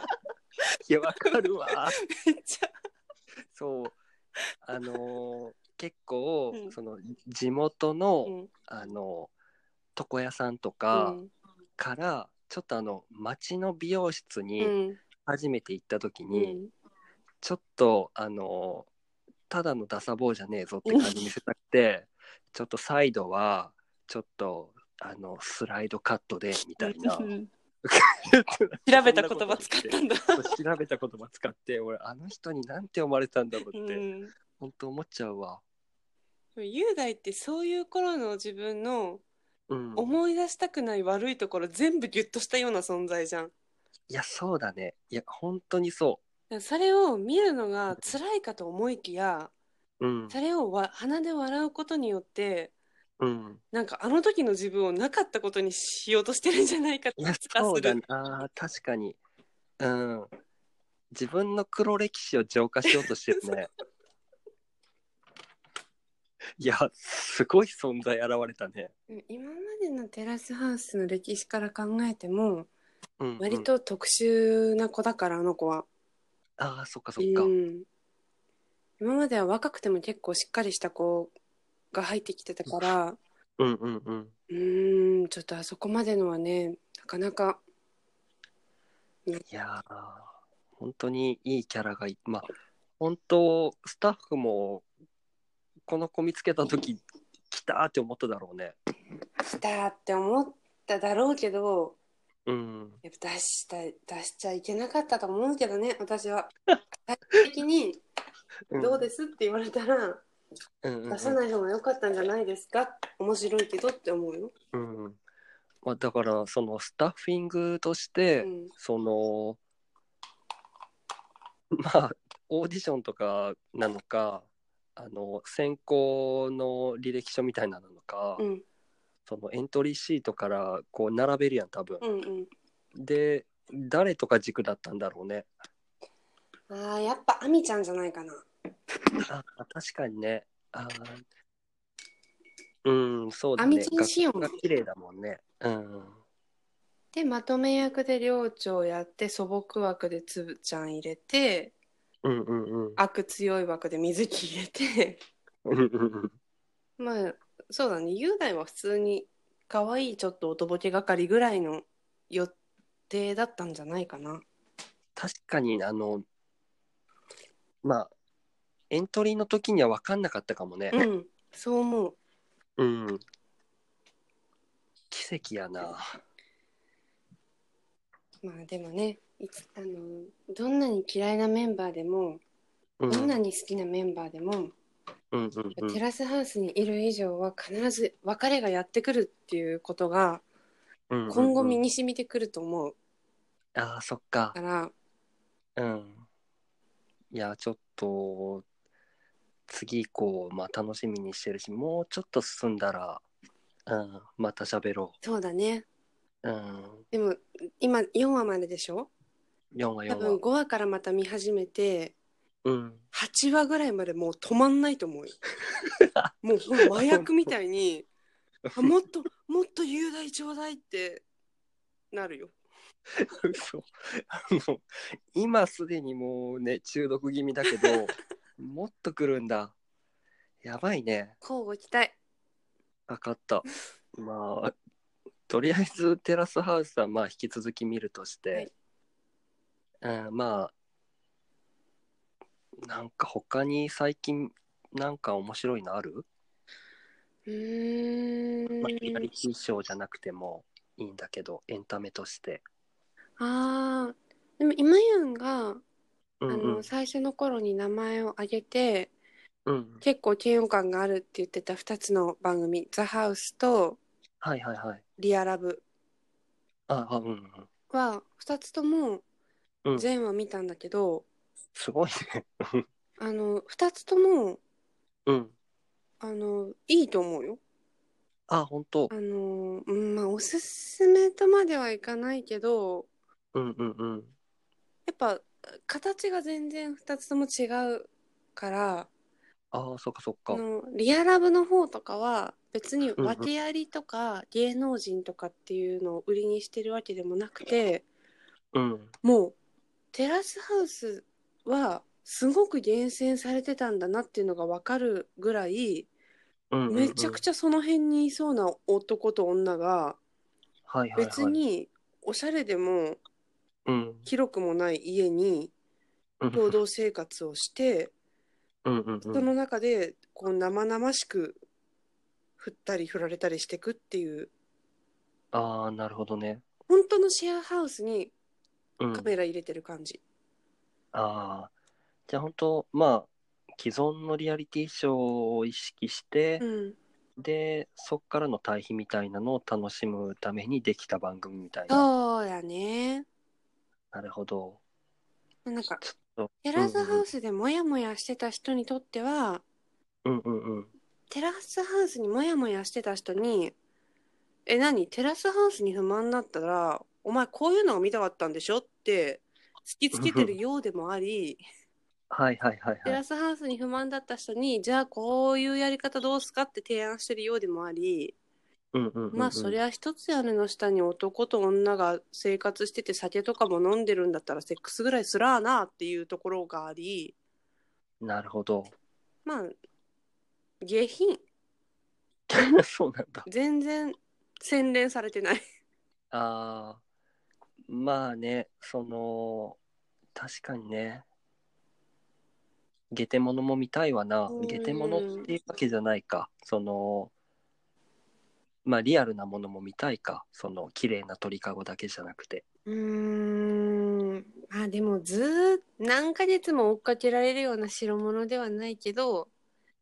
Speaker 1: い
Speaker 2: や、分か るわ。
Speaker 1: めっちゃ
Speaker 2: そう。あのー結構、
Speaker 1: うん
Speaker 2: その、地元の、
Speaker 1: うん
Speaker 2: あのー床屋さんと
Speaker 1: う
Speaker 2: か
Speaker 1: ん
Speaker 2: から、ちょっとあの、町の美容室
Speaker 1: う
Speaker 2: に
Speaker 1: ん
Speaker 2: 初めて行った時
Speaker 1: う
Speaker 2: に、
Speaker 1: ん
Speaker 2: ちょっと、あのーただのダサ坊じゃねえぞって感じ見せたく て、ちょっとサイドは、ちょっと、あの、スライドカットで、みたい な。
Speaker 1: うん
Speaker 2: 調
Speaker 1: 調べた言葉使ったんだ
Speaker 2: 調べた言葉使って、俺、あの人になんて思われたんだろう
Speaker 1: う
Speaker 2: って、
Speaker 1: ん
Speaker 2: 本当思っちゃうわ。
Speaker 1: でも雄大ってそういう頃の自分の
Speaker 2: うん。
Speaker 1: 思い出したくない悪いところ全部ギュッとしたような存在じゃん。
Speaker 2: いや、そうだね。いや、本当にそ
Speaker 1: それを見るのが辛いかと思いきや
Speaker 2: う。うん。
Speaker 1: それをわ鼻で笑うことによって
Speaker 2: うん。
Speaker 1: なんかあの時の自分をなかったことにしようとしてるんじゃないかって
Speaker 2: いや、
Speaker 1: 気が
Speaker 2: そう
Speaker 1: す
Speaker 2: だね
Speaker 1: る。。
Speaker 2: ああ、確かに。うん。自分の黒歴史を浄化しようとしてるね。 いや、すごい存在現れたね。
Speaker 1: 今までのテラスハウスの歴史から考えても
Speaker 2: うん、うん。
Speaker 1: 割と特殊な子だからあの子は。
Speaker 2: ああ、そっかそっか。
Speaker 1: うん、今までは若くても結構しっかりした子が入ってきてたから。
Speaker 2: うんうんうん。
Speaker 1: うーん、ちょっとあそこまでのはね、なかなか。
Speaker 2: いやー、本当にいいキャラがいまあ、本当、スタッフも、この子見つけた時来たーって思っただろうね。
Speaker 1: 来たって思っただろうけど、
Speaker 2: うん。
Speaker 1: やっぱ出した、出しちゃいけなかったと思うけどね、私は。最終的に、どうですって言われたら、
Speaker 2: うんうんうん
Speaker 1: 出さない方が良かったんじゃないですか面白いけどって思うよ。
Speaker 2: うん。まあ、だから、そのスタッフィングとし
Speaker 1: う
Speaker 2: て、
Speaker 1: ん。
Speaker 2: その、 まあ、オーディションとかなのか、あの、選考の履歴書みたいなのか、
Speaker 1: うん。
Speaker 2: そのエントリーシートからこう並べるやん、多分。
Speaker 1: うん
Speaker 2: で誰とか軸だったんだろうね
Speaker 1: うん。ああ、やっぱアミちゃんじゃないかな。
Speaker 2: あ確かにねあーううん、そうだ
Speaker 3: あみ
Speaker 2: ね。
Speaker 3: ちんしよう
Speaker 2: 楽器が綺麗だもんね。うん。
Speaker 1: でまとめ役で寮長やって素朴枠でつぶちゃん入れて
Speaker 2: うんうんうん。
Speaker 1: 悪強い枠で水木入れて
Speaker 2: うんうん
Speaker 1: まあそうだね雄大は普通に可愛いちょっとおとぼけ係ぐらいの予定だったんじゃないかな。
Speaker 2: 確かに、あの、まあ、エントリーの時には分かんなかったかもね。
Speaker 1: うん そう思う。
Speaker 2: うん。奇跡やな。
Speaker 1: まあでもねいつあのどんなに嫌いなメンバーでも
Speaker 2: うん。う
Speaker 1: どん
Speaker 2: ん
Speaker 1: なに好きなメンバーでも、
Speaker 2: うんうん
Speaker 1: テラスハウスにいる以上は必ず別れがやってくるっていうことが
Speaker 2: うんうん。
Speaker 1: 今後身に染みてくると思う
Speaker 2: ああ、そっか
Speaker 1: か。ら、
Speaker 2: うん。いや、ちょっと、次以降、まあ楽しみにしてるし、もうちょっと進んだら、うん、また喋ろ
Speaker 1: そうだね
Speaker 2: う。うん。
Speaker 1: でも今4話まででしょ
Speaker 2: 4話
Speaker 1: 多
Speaker 2: 4
Speaker 1: 分
Speaker 2: 話。
Speaker 1: 5話からまた見始めて
Speaker 2: うん。
Speaker 1: 8話ぐらいまでもう止まんないと 思うよもうもう麻薬みたいにあもっともっと雄大ちょうだいってなるよ
Speaker 2: 嘘あの今すでにもうね中毒気味だけ どもっと来るんだやばいね
Speaker 1: 交互期待
Speaker 2: 分かったまあとりあえずテラスハウスはまあ引き続き見るとして、うん、まあなんか他に最近なんか面白いのある、
Speaker 1: うーん
Speaker 2: まあ、リアリティショーじゃなくてもいいんだけどエンタメとして
Speaker 1: あーでも今やんが、
Speaker 2: うんう
Speaker 1: あ
Speaker 2: ん
Speaker 1: の最初の頃に名前を挙げて
Speaker 2: うん
Speaker 1: 結構嫌悪感があるって言ってた2つの番組「ザ・ハウス」と
Speaker 2: はいはいはい
Speaker 1: 「リアラブ
Speaker 2: ああうんうん」
Speaker 1: は2つとも
Speaker 2: うん
Speaker 1: 全話見たんだけど、
Speaker 2: すごいね
Speaker 1: あの2つとも
Speaker 2: うん
Speaker 1: あのいいと思うよ。
Speaker 2: あ本当
Speaker 1: あのうんまあおすすめとまではいかないけど
Speaker 2: うんうんうん
Speaker 1: やっぱ形が全然2つとも違うから。
Speaker 2: ああそっかそっ
Speaker 1: あ
Speaker 2: か
Speaker 1: のリアラブの方とかは別に訳ありとか芸能人とかっていうのを売りにしてるわけでもなくて
Speaker 2: うん
Speaker 1: もうテラスハウスはすごく厳選されてたんだなっていうのが分かるぐらい
Speaker 2: うん
Speaker 1: めちゃくちゃその辺にいそうな男と女が
Speaker 2: ゃはいはいはい
Speaker 1: 別におしゃれでも
Speaker 2: うん
Speaker 1: 広くもない家に
Speaker 2: うん
Speaker 1: 共同生活をして
Speaker 2: うんうんう
Speaker 1: そ
Speaker 2: ん
Speaker 1: の中でこう生々しく振ったり振られたりしていくっていう
Speaker 2: ああなるほどね
Speaker 1: 本当のシェアハウスに
Speaker 2: うん
Speaker 1: カメラ入れてる感じ、
Speaker 2: ああじゃあ本当まあ既存のリアリティショーを意識して
Speaker 1: う、ん、
Speaker 2: でそっからの対比みたいなのを楽しむためにできた番組みたいな
Speaker 1: そうだね
Speaker 2: なるほど
Speaker 1: なんか
Speaker 2: ちょっと
Speaker 1: テラスハウスでモヤモヤしてた人にとっては、
Speaker 2: うんうんうん
Speaker 1: テラスハウスにモヤモヤしてた人に「え何テラスハウスに不満だったらお前こういうのが見たかったんでしょ?」って突きつけてるようでもあ り
Speaker 2: はいはいはい
Speaker 1: テ
Speaker 2: は
Speaker 1: ラ
Speaker 2: い
Speaker 1: スハウスに不満だった人に「じゃあこういうやり方どうすか?」って提案してるようでもあり
Speaker 2: うんうんうんうん
Speaker 1: まあそりゃ一つ屋根の下に男と女が生活してて酒とかも飲んでるんだったらセックスぐらいすらあなっていうところがあり
Speaker 2: なるほど
Speaker 1: まあ下品
Speaker 2: そうなんだ
Speaker 1: 全然洗練されてない。
Speaker 2: ああ、まあね、その、確かにね、ゲテモノも見たいわな
Speaker 1: うん。
Speaker 2: ゲテモノっていうわけじゃないか。その、まあリアルなものも見たいか。その、綺麗な鳥かごだけじゃなくて。
Speaker 1: うーんまあでもずーっ何ヶ月も追っかけられるような代物ではないけど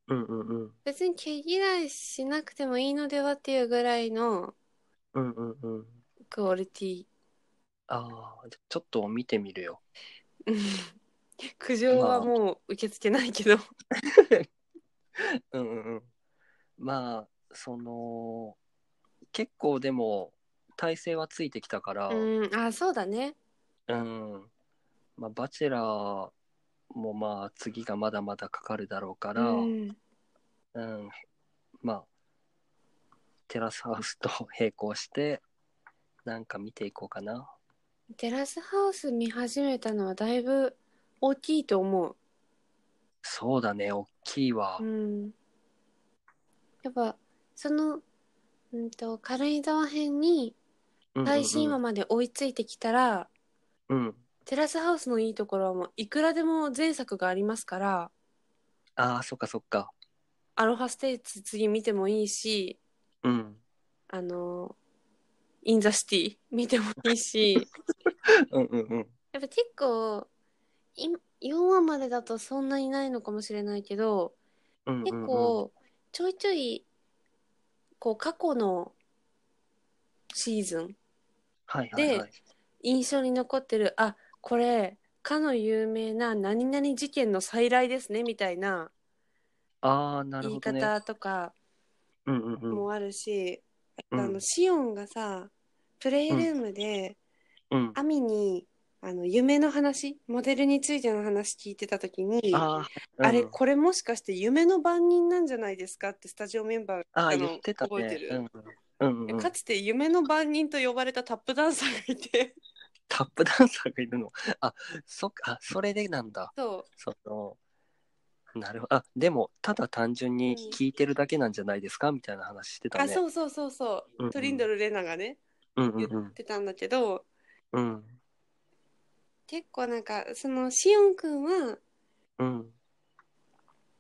Speaker 2: うんうんうん。
Speaker 1: 別に毛嫌いしなくてもいいのではっていうぐらいの
Speaker 2: うんうんうん。
Speaker 1: クオリティ
Speaker 2: ああ、じゃちょっと見てみるよ。
Speaker 1: うん苦情はもう受け付けないけど、
Speaker 2: うんうんうん。まあ、その、結構でも、体勢はついてきたから、
Speaker 1: うんあそうだね
Speaker 2: うん。まあ、バチェラーもまあ次がまだまだかかるだろうか
Speaker 1: う
Speaker 2: ら、うん、
Speaker 1: ん
Speaker 2: まあ、テラスハウスと並行して、なんか見ていこうかな。
Speaker 1: テラスハウス見始めたのはだいぶ大きいと思う。
Speaker 2: そうだね、大きいわ
Speaker 1: う。ん、やっぱその、うん、と軽井沢編に
Speaker 2: うん
Speaker 1: 最新話まで追いついてきたら、
Speaker 2: うんうん。
Speaker 1: テラスハウスのいいところはもういくらでも前作がありますから
Speaker 2: ああ、そっかそっか。
Speaker 1: アロハステイツ次見てもいいし
Speaker 2: うん。
Speaker 1: あのインザシティ 見てもいいし
Speaker 2: うんうんうん。
Speaker 1: やっぱ結構い4話までだとそんなにないのかもしれないけど
Speaker 2: うんうんうん、
Speaker 1: 結構ちょいちょいこう過去のシーズン
Speaker 2: はいはいはい。
Speaker 1: 印象に残ってるあこれかの有名な何々事件の再来ですねみたいな
Speaker 2: ああ、なる
Speaker 1: 言
Speaker 2: ほ
Speaker 1: い
Speaker 2: どね。
Speaker 1: 方とか
Speaker 2: うんうんうん。
Speaker 1: もあるし、
Speaker 2: うん
Speaker 1: あとあのシオンがさプレイルームで
Speaker 2: うん、
Speaker 1: アミに、あの夢の話モデルについての話聞いてた時にあ,、
Speaker 2: あー
Speaker 1: れ
Speaker 2: うん
Speaker 1: これもしかして夢の番人なんじゃないですかってスタジオメンバー
Speaker 2: あ
Speaker 1: あ
Speaker 2: ー
Speaker 1: の
Speaker 2: 言ってたね。
Speaker 1: 覚えてる
Speaker 2: うんうんうんうん、
Speaker 1: かつて夢の番人と呼ばれたタップダンサーがいて
Speaker 2: タップダンサーがいるの。 あ、そっか、あそれでなんだ。
Speaker 1: そう
Speaker 2: その、なるほど。あ、でも、ただ単純に聞いてるだけなんじゃないですかみたいな話してた
Speaker 1: あ
Speaker 2: ね。
Speaker 1: そうそうそうそう、
Speaker 2: うんうん
Speaker 1: トリンドル・レナがね
Speaker 2: うんうん
Speaker 1: 言
Speaker 2: うん
Speaker 1: っ。てたんだけど、
Speaker 2: うん
Speaker 1: 結構なんかそのシオンくんは
Speaker 2: うん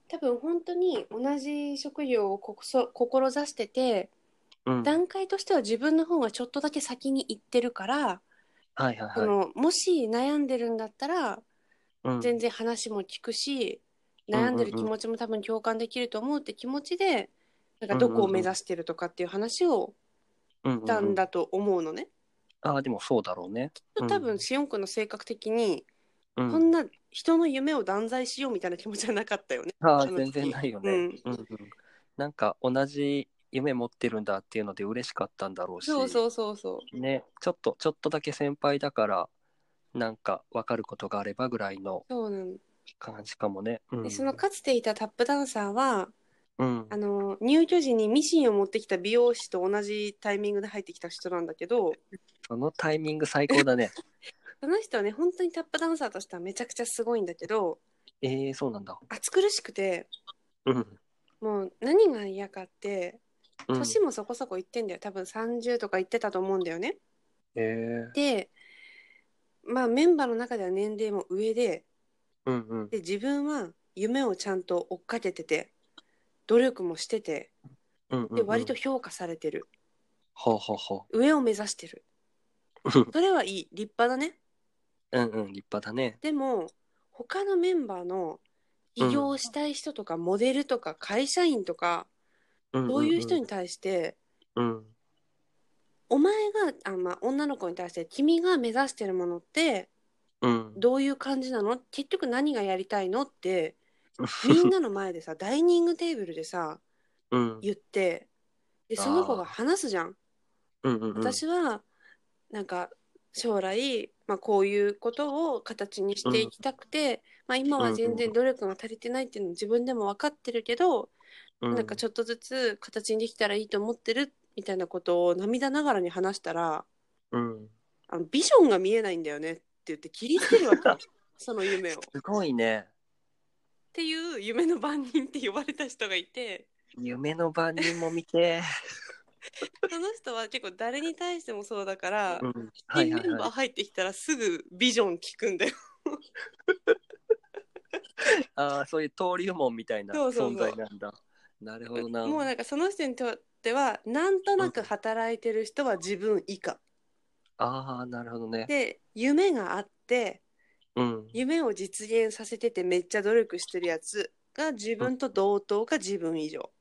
Speaker 1: 多分本当に同じ職業をここそ志してて
Speaker 2: うん。はい
Speaker 1: 段階としては自分の方がちょっとだけ先に行ってるから、
Speaker 2: はい
Speaker 1: そ
Speaker 2: はい。
Speaker 1: のもし悩んでるんだったら
Speaker 2: うん
Speaker 1: 全然話も聞くし、
Speaker 2: ん
Speaker 1: 悩んでる気持ちも多分共感できると思うって気持ちでなんかどこを目指してるとかっていう話を
Speaker 2: うん
Speaker 1: した
Speaker 2: うん
Speaker 1: ん
Speaker 2: うん、
Speaker 1: だと思うのね。
Speaker 2: ああ、でもそうだろうね。うん
Speaker 1: 多分シオンくんの性格的に、
Speaker 2: う
Speaker 1: そ
Speaker 2: ん、
Speaker 1: んな人の夢を断罪しようみたいな気持ちはなかったよね。
Speaker 2: あ
Speaker 1: あ
Speaker 2: あ、
Speaker 1: の
Speaker 2: 全
Speaker 1: 時
Speaker 2: 然ないよね、
Speaker 1: う
Speaker 2: うんんうん。なんか同じ夢持ってるんだっていうので嬉しかったんだろうし。
Speaker 1: そうそうそうそう。
Speaker 2: ね、ちょっと、ちょっとだけ先輩だから、なんか分かることがあればぐらいの
Speaker 1: そうなの。
Speaker 2: 感じかもね。う
Speaker 1: で
Speaker 2: ん、
Speaker 1: そのかつていたタップダンサーは
Speaker 2: うん
Speaker 1: あ、の入居時にミシンを持ってきた美容師と同じタイミングで入ってきた人なんだけど
Speaker 2: そのタイミング最高だ ね。
Speaker 1: その人はね本当にタップダンサーとしてはめちゃくちゃすごいんだけど
Speaker 2: ええー、そうなんだ。
Speaker 1: 暑苦しくて
Speaker 2: うん。
Speaker 1: もう何が嫌かって
Speaker 2: うん、
Speaker 1: 年もそこそこ行ってんだよ多分30とか行ってたと思うんだよね。
Speaker 2: えー、
Speaker 1: でまあメンバーの中では年齢も上で
Speaker 2: うんうん。
Speaker 1: で自分は夢をちゃんと追っかけてて努力もしてて
Speaker 2: うんうん、
Speaker 1: で割と。評価されてる。
Speaker 2: ほうほうほ
Speaker 1: 上を目指してる
Speaker 2: うん
Speaker 1: それはいい立派だね
Speaker 2: う。うんうん、立派だね。
Speaker 1: でも他のメンバーの起業したい人とかモデルとか会社員とか、
Speaker 2: うんんん
Speaker 1: そういう人に。対して、
Speaker 2: うん。
Speaker 1: お前があ、まあ、女の子に対して君が目指してるものって
Speaker 2: うん。
Speaker 1: どういう感じなの結局何がやりたいの ってみんなの前でさダイニングテーブルでさ
Speaker 2: うん。
Speaker 1: 言ってでその子が話すじゃん。
Speaker 2: うんうんうん。
Speaker 1: 私はなんか将来、まあ、こういうことを形にしていきたくて、まあ、今は全然努力が足りてないっていうのは自分でも分かってるけど、
Speaker 2: うん、
Speaker 1: なんかちょっとずつ形にできたらいいと思ってるみたいなことを涙ながらに話したら
Speaker 2: うん。
Speaker 1: あのビジョンが見えないんだよねって言って切り捨てるわけ その夢を。っ
Speaker 2: すごいね。
Speaker 1: ていう夢の番人って呼ばれた人がいて
Speaker 2: 夢の番人も 見て。
Speaker 1: その人は結構誰に対してもそうだから、
Speaker 2: うん。は
Speaker 1: 新
Speaker 2: いはい
Speaker 1: メンバー
Speaker 2: は
Speaker 1: 入ってきたらすぐビジョン聞くんだよ。
Speaker 2: い。ああ、そういう登竜門みたいな
Speaker 1: そうそうそう
Speaker 2: 存在なんだ。なるほどな。
Speaker 1: もうなんかその人にとってはなんとなく働いてる人は自分以下、
Speaker 2: ああ、なるほどね。
Speaker 1: で夢があって
Speaker 2: うん。
Speaker 1: 夢を実現させててめっちゃ努力してるやつが自分と同等か自分以上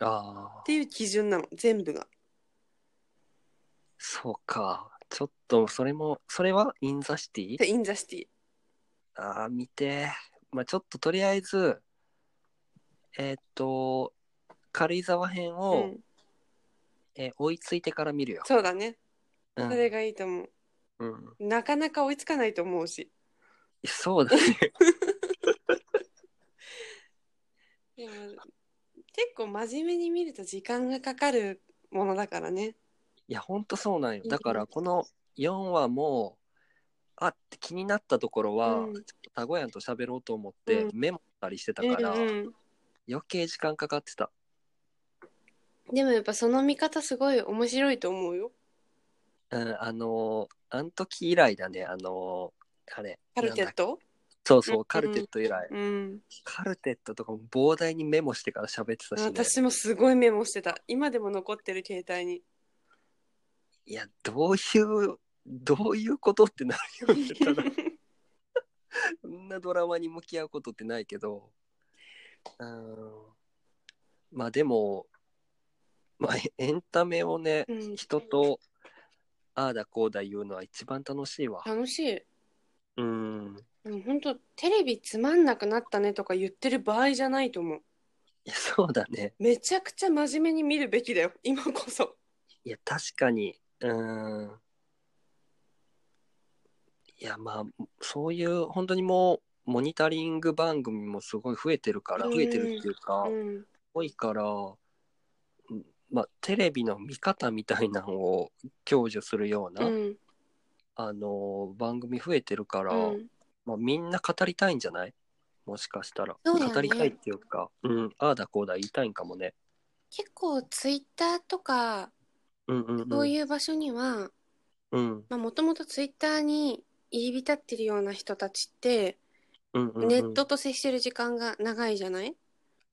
Speaker 2: ああ
Speaker 1: っ、ていう基準なの全部が
Speaker 2: そうか。ちょっと、それも、それはインザシティ
Speaker 1: でインザシティ
Speaker 2: ああ、見て。まあ、ちょっととりあえず、えーっと、軽井沢編を、
Speaker 1: うん、
Speaker 2: えー追いついてから見るよ。
Speaker 1: そうだね
Speaker 2: うん
Speaker 1: それがいいと思う、
Speaker 2: うん、
Speaker 1: なかなか追いつかないと思うし
Speaker 2: そう だね。
Speaker 1: でも結構真面目に見ると時間がかかるものだからね。
Speaker 2: いや、ほんとそうなんよ。
Speaker 1: うん
Speaker 2: だから、この4話も、あって気になったところは、
Speaker 1: うん
Speaker 2: ちょっとタゴヤンと喋ろうと思って
Speaker 1: う
Speaker 2: メモったりしてたから、
Speaker 1: うんうん
Speaker 2: 余計時間かかってた。
Speaker 1: でもやっぱその見方すごい面白いと思うよ。
Speaker 2: うん、あのー、あの時以来だね、あのー、あれ。
Speaker 1: カルテ
Speaker 2: なんだ
Speaker 1: ッ
Speaker 2: っけ
Speaker 1: ト
Speaker 2: そう
Speaker 1: うんう
Speaker 2: そ
Speaker 1: ん
Speaker 2: う、カルテット以来。
Speaker 1: うん。
Speaker 2: カルテットとかも膨大にメモしてから喋ってたし、ね、
Speaker 1: 私もすごいメモしてた。今でも残ってる携帯 に。
Speaker 2: いや、どういう、どういうことってなるよね。ただ、そんなドラマに向き合うことってないけど。うん。まあでも、まあエエンタメをね、
Speaker 1: うん、
Speaker 2: 人と、ああだこうだ言うのは一番楽しいわ。
Speaker 1: 楽しい。
Speaker 2: うん。
Speaker 1: でも本当テレビつまんなくなったねとか言ってる場合じゃないと思う。
Speaker 2: いやそうだね。
Speaker 1: めちゃくちゃ真面目に見るべきだよ。今こそ。
Speaker 2: いや、確かに。うん。いや、まあ、そういう、本当にもう、モニタリング番組もすごい増えてるから、
Speaker 1: うん
Speaker 2: 増えてるっていうか、
Speaker 1: うん。
Speaker 2: 多いから、うんまあ、テレビの見方みたいなのを享受するよ
Speaker 1: う
Speaker 2: うな、
Speaker 1: ん。
Speaker 2: あの、番組増えてるから、
Speaker 1: うん
Speaker 2: まあ、みんな語りたいんじゃないもしかしたら。
Speaker 1: そうだよね
Speaker 2: 語りたいっていうか、うん、ああだこうだ言いたいんかもね。
Speaker 1: 結構ツイッターとか
Speaker 2: うんうんうん。
Speaker 1: そういう場所には
Speaker 2: うん
Speaker 1: もともとツイッターに入り浸ってるような人たちって
Speaker 2: うんうんうん。
Speaker 1: ネットと接してる時間が長いじゃない、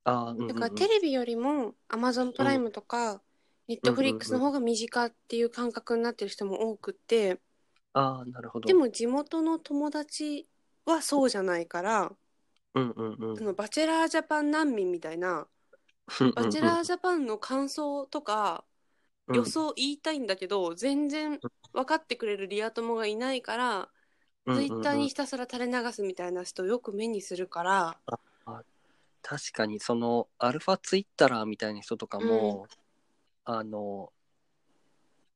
Speaker 2: ああ、うんうんうん、
Speaker 1: だからテレビよりも Amazon プライムとか Netflix の方が身近っていう感覚になってる人も多くて
Speaker 2: ああ、なるほど。
Speaker 1: でも地元の友達はそうじゃないから
Speaker 2: うんうんうん、
Speaker 1: そのバチェラージャパン難民みたいなバチェラージャパンの感想とか
Speaker 2: うんうんう
Speaker 1: 予
Speaker 2: ん
Speaker 1: 想言いたいんだけど全然分かってくれるリア友がいないから
Speaker 2: うんうん
Speaker 1: ツ
Speaker 2: う
Speaker 1: イッ
Speaker 2: ん
Speaker 1: ターにひたすら垂れ流すみたいな人よく目にするから、
Speaker 2: 確かにそのアルファツイッターみたいな人とかも、あの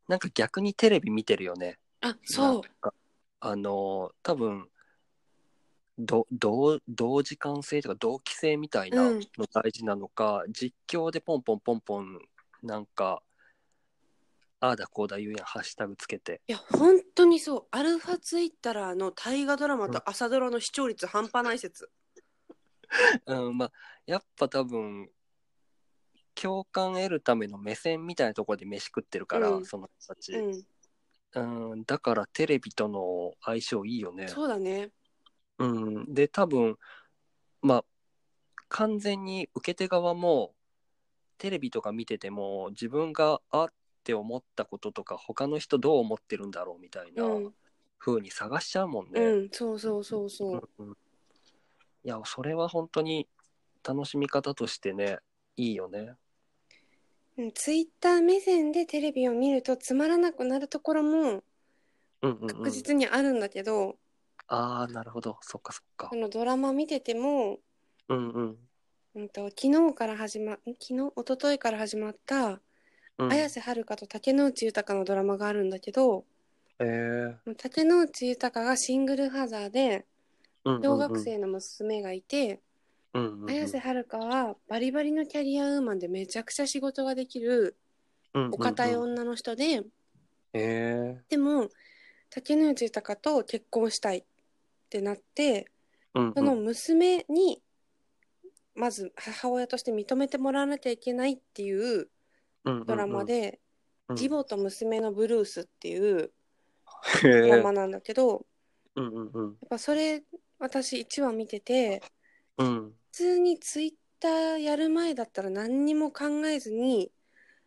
Speaker 2: なんか逆にテレビ見てるよね
Speaker 1: あそう
Speaker 2: うあの多分ど同同時間性とか同期性みたいな
Speaker 1: うん
Speaker 2: の大事なのか、実況でポンポンポンポンなんかああだこうだ言うやんハッシュタグつけて
Speaker 1: いや本当にそうアルファツイッターの大河ドラマと朝ドラの視聴率半端ない説
Speaker 2: うん、まあ、やっぱ多分、共感得るための目線みたいなところで飯食ってるから、
Speaker 1: うん
Speaker 2: その人たち、
Speaker 1: う
Speaker 2: うん
Speaker 1: ん
Speaker 2: だからテレビとの相性いいよね。
Speaker 1: そうだね
Speaker 2: うん、で、多分、まあ、完全に受け手側も、テレビとか見てても、自分があって思ったこととか、他の人どう思ってるんだろうみたいうなん風に探しちゃうもんね。
Speaker 1: うんそうそうそうそう
Speaker 2: うんうんいや、それは本当に楽しみ方としてね、いいよね。
Speaker 1: うんツイッター目線でテレビを見るとつまらなくなるところも
Speaker 2: うんうんう
Speaker 1: 確
Speaker 2: ん、
Speaker 1: 実にあるんだけど、
Speaker 2: ああ、なるほど。そっかそっか
Speaker 1: あ。のドラマ見てても、
Speaker 2: うんうん。
Speaker 1: うん、と昨日から始まん昨日一昨日から始まった
Speaker 2: うん、
Speaker 1: 綾瀬はるかと竹野内豊のドラマがあるんだけど
Speaker 2: えー
Speaker 1: 竹野内豊がシングルファザーで
Speaker 2: うんうんうん、
Speaker 1: 小学生の娘がいて、
Speaker 2: うんうんうん、
Speaker 1: 綾瀬はるかはバリバリのキャリアウーマンでめちゃくちゃ仕事ができるお堅い
Speaker 2: うんうんうん
Speaker 1: 女の人で、
Speaker 2: え
Speaker 1: でも竹野内豊と結婚したいってなって
Speaker 2: ーうんうん
Speaker 1: その娘にまず母親として認めてもらわなきゃいけないっていうドラマ、で「
Speaker 2: うんうんうん
Speaker 1: 義母と娘のブルース」っていう
Speaker 2: へ
Speaker 1: ドラ
Speaker 2: ー
Speaker 1: マなんだけど
Speaker 2: うんうんうん
Speaker 1: やっぱそれ私1話見てて。
Speaker 2: うん
Speaker 1: 普通にツイッターやる前だったら何にも考えずに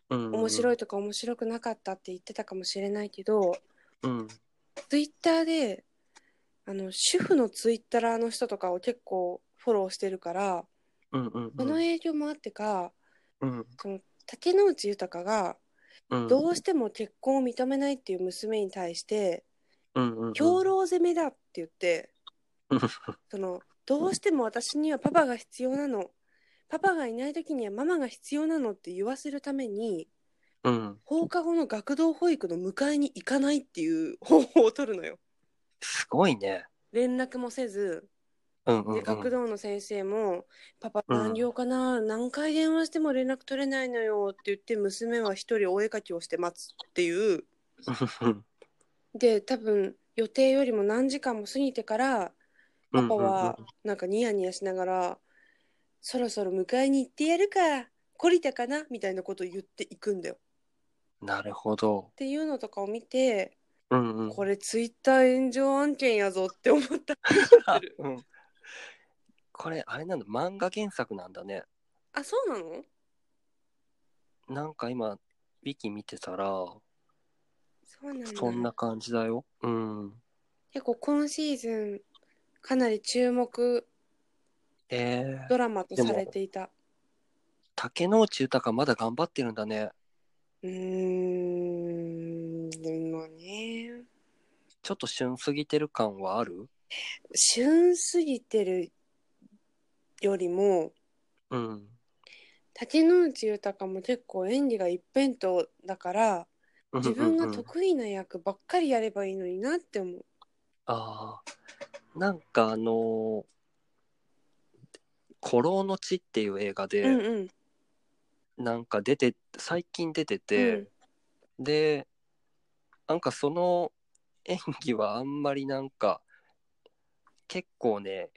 Speaker 2: うんうん、
Speaker 1: 面白
Speaker 2: い、
Speaker 1: いとか面白くなかったって言ってたかもしれないけど
Speaker 2: うん、
Speaker 1: ツイッターであの主婦のツイッターの人とかを結構フォローしてるから
Speaker 2: うんうんうん、
Speaker 1: その影響もあってか
Speaker 2: うん
Speaker 1: その竹野内豊が
Speaker 2: うん、
Speaker 1: どうしても結婚を認めないっていう娘に対して
Speaker 2: うんうんうん、
Speaker 1: 兵糧攻めだって言って
Speaker 2: うん
Speaker 1: そのどうしても私にはパパが必要なのパパがいない時にはママが必要なのって言わせるために
Speaker 2: うん、
Speaker 1: 放課後の学童保育の迎えに行かないっていう方法を取るのよ
Speaker 2: すごいね。
Speaker 1: 連絡もせず
Speaker 2: うんうん、う
Speaker 1: で学
Speaker 2: ん。
Speaker 1: 童の先生も「パパ
Speaker 2: うん
Speaker 1: 残業かな、何回電話しても連絡取れないのよ」って言って娘は一人お絵描きをして待つっていうで多分予定よりも何時間も過ぎてからパパはなんかニヤニヤしながら「そろそろ迎えに行ってやるか懲りたかな」みたいなことを言っていくんだよ。
Speaker 2: なるほど
Speaker 1: っ。ていうのとかを見て
Speaker 2: うんうん。
Speaker 1: これツイッター炎上案件やぞって思った。
Speaker 2: うん、これあれなんだ漫画原作なんだね
Speaker 1: あそうなの
Speaker 2: なんか今ウィキ見てたら
Speaker 1: そうなんだ
Speaker 2: そんな感じだようん
Speaker 1: 結構今シーズンかなり注目
Speaker 2: えー、
Speaker 1: ドラマとされていた
Speaker 2: 竹野内豊まだ頑張ってるんだね
Speaker 1: うーんでもね
Speaker 2: ちょっと旬すぎてる感はある
Speaker 1: 旬すぎてるよりも
Speaker 2: うん
Speaker 1: 竹野内豊も結構演技が一辺倒だから自分が
Speaker 2: うんうんうん、
Speaker 1: 得意な役ばっかりやればいいのになって思う
Speaker 2: あーなんかあのー「古老の地」っていう映画で、
Speaker 1: うんうん
Speaker 2: なんか出て最近出てて、でなんかその演技はあんまりなんか結構ね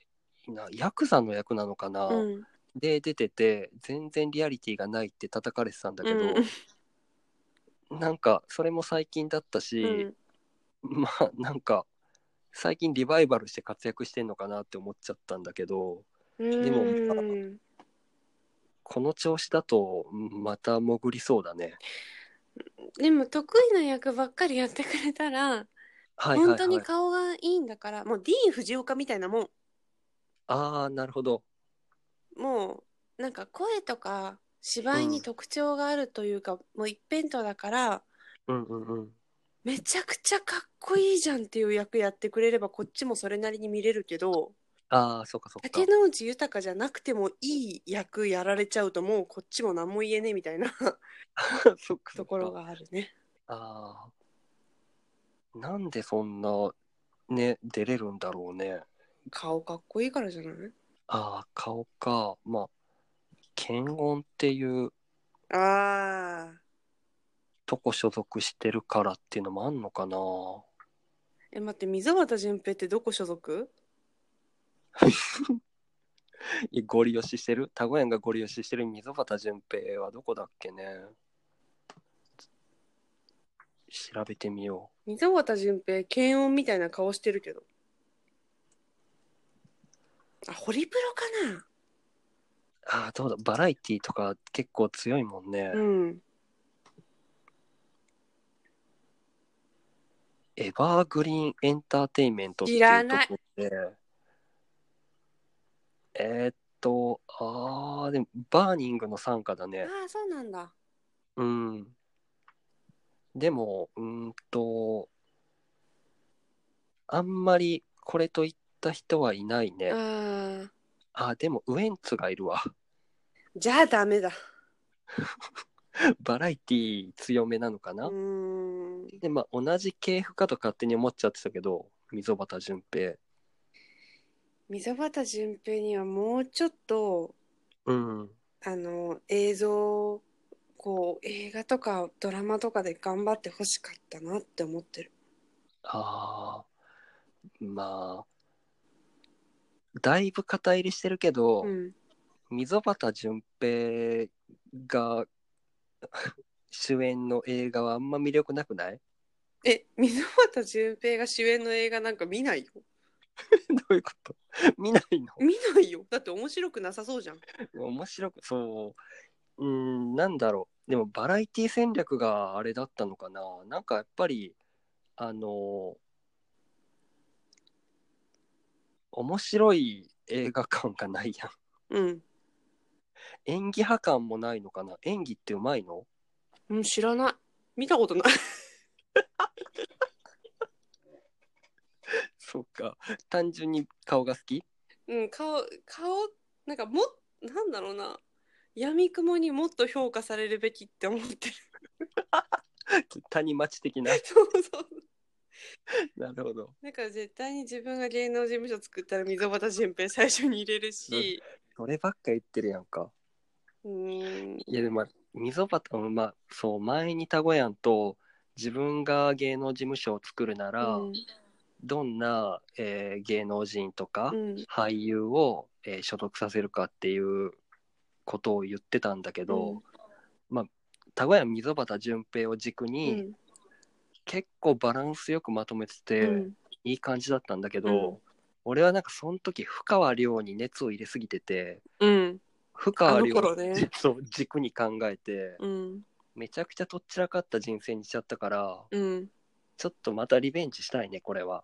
Speaker 2: なヤクザの役なのかな、
Speaker 1: うんうん
Speaker 2: で出てて全然リアリティがないって叩かれてたんだけど、なんかそれも最近だったし、
Speaker 1: うん
Speaker 2: まあなんか最近リバイバルして活躍してんのかなって思っちゃったんだけど
Speaker 1: うん
Speaker 2: でも
Speaker 1: うん
Speaker 2: この調子だとまた潜りそうだね。
Speaker 1: でも得意な役ばっかりやってくれたら
Speaker 2: はいはい
Speaker 1: 本
Speaker 2: はい、
Speaker 1: 当に顔がいいんだから、もうディーン・フジオカみたいなもん
Speaker 2: ああなるほど。
Speaker 1: もうなんか声とか芝居に特徴があるというか、もう一辺倒だから
Speaker 2: うんうんうん。
Speaker 1: めちゃくちゃかっこいいじゃんっていう役やってくれればこっちもそれなりに見れるけど
Speaker 2: ああそうかそうか
Speaker 1: 竹。野内豊じゃなくてもいい役やられちゃうともうこっちも何も言えねえみた いな
Speaker 2: そっかそ
Speaker 1: と
Speaker 2: っか
Speaker 1: ころがあるね。
Speaker 2: ああ。なんでそんな、ね、出れるんだろうね。
Speaker 1: 顔かっこいいからじゃない
Speaker 2: ああ、顔か。まあ、検温っていう
Speaker 1: ああ
Speaker 2: とこ所属してるからっていうのもあんのかな。
Speaker 1: え待って溝端淳平ってどこ所属
Speaker 2: いやゴリ押ししてるタゴヤンがゴリ押ししてる溝端淳平はどこだっけね。調べてみよ
Speaker 1: 溝端淳平検温みたいな顔してるけどあホリプロかな
Speaker 2: う。ああ、どうだ。バラエティとか結構強いもんね。
Speaker 1: うん。
Speaker 2: エバーグリーンエンターテインメントって
Speaker 1: 知
Speaker 2: い
Speaker 1: ら
Speaker 2: うと
Speaker 1: ない
Speaker 2: こで、えーっと、あー、でも、バーニングの傘下だ
Speaker 1: あ
Speaker 2: ね。
Speaker 1: あ、そうなんだ。
Speaker 2: うん。でも、うーんと、あんまりこれといった人はいないね。
Speaker 1: ああ。
Speaker 2: あー、でも、ウエンツがいるわ。
Speaker 1: じゃあダメだ。
Speaker 2: バラエティ強めなのか
Speaker 1: う
Speaker 2: な。
Speaker 1: ーん。
Speaker 2: で、まあ、同じ系譜かと勝手に思っちゃってたけど、溝端淳平。
Speaker 1: 溝端淳平にはもうちょっと、
Speaker 2: うん。
Speaker 1: あの、映像、こう、映画とかドラマとかで頑張ってほしかったなって思ってる。
Speaker 2: ああ、まあ、だいぶ肩入りしてるけど、
Speaker 1: うん。
Speaker 2: 溝端淳平が主演の映画はあんま魅力なくない
Speaker 1: え、溝端淳平が主演の映画なんか見ないよ。
Speaker 2: どういうこと見ない
Speaker 1: 見ないよ。だって面白くなさそうじゃん。
Speaker 2: の面白く、そう、うーん、なんだろう。でもバラエティ戦略があれだったのかな。なんかやっぱり、あの面白い映画感がないやん。
Speaker 1: うん。
Speaker 2: 演技派感もないのかな演技ってうまいの
Speaker 1: うん、知らない。見たことない。
Speaker 2: そうか単純に顔が好き
Speaker 1: うん、顔、顔、なんかも、なんだろうな。闇雲にもっと評価さ れるべきって思ってる。
Speaker 2: 谷町的な
Speaker 1: そうそう。
Speaker 2: なるほど。
Speaker 1: だから絶対に自分が芸能事務所作ったら溝端淳平最初に入れるし、
Speaker 2: そればっか言ってるやんか。
Speaker 1: うーん、
Speaker 2: いやでもまあ溝端うんまあそう前にタゴヤンと自分が芸能事務所を作るなら、
Speaker 1: うん
Speaker 2: どんな、えー芸能人とか、
Speaker 1: うん
Speaker 2: 俳優を、えー所属させるかっていうことを言ってたんだけど、
Speaker 1: うん
Speaker 2: まあタゴヤン溝端淳平を軸
Speaker 1: う
Speaker 2: に、
Speaker 1: ん
Speaker 2: 結構バランスよくまとめてて、
Speaker 1: うん
Speaker 2: いい感じだったんだけど、
Speaker 1: うん
Speaker 2: 俺はなんかその時深川亮に熱を入れすぎてて
Speaker 1: うん、
Speaker 2: 深
Speaker 1: あ
Speaker 2: 川
Speaker 1: の
Speaker 2: 亮
Speaker 1: 頃
Speaker 2: を、
Speaker 1: ね、
Speaker 2: そう軸に考えて
Speaker 1: うん
Speaker 2: めちゃくちゃとっちらかった人生にしちゃったから
Speaker 1: うん、
Speaker 2: ちょっとまたリベンジしたいねこれは。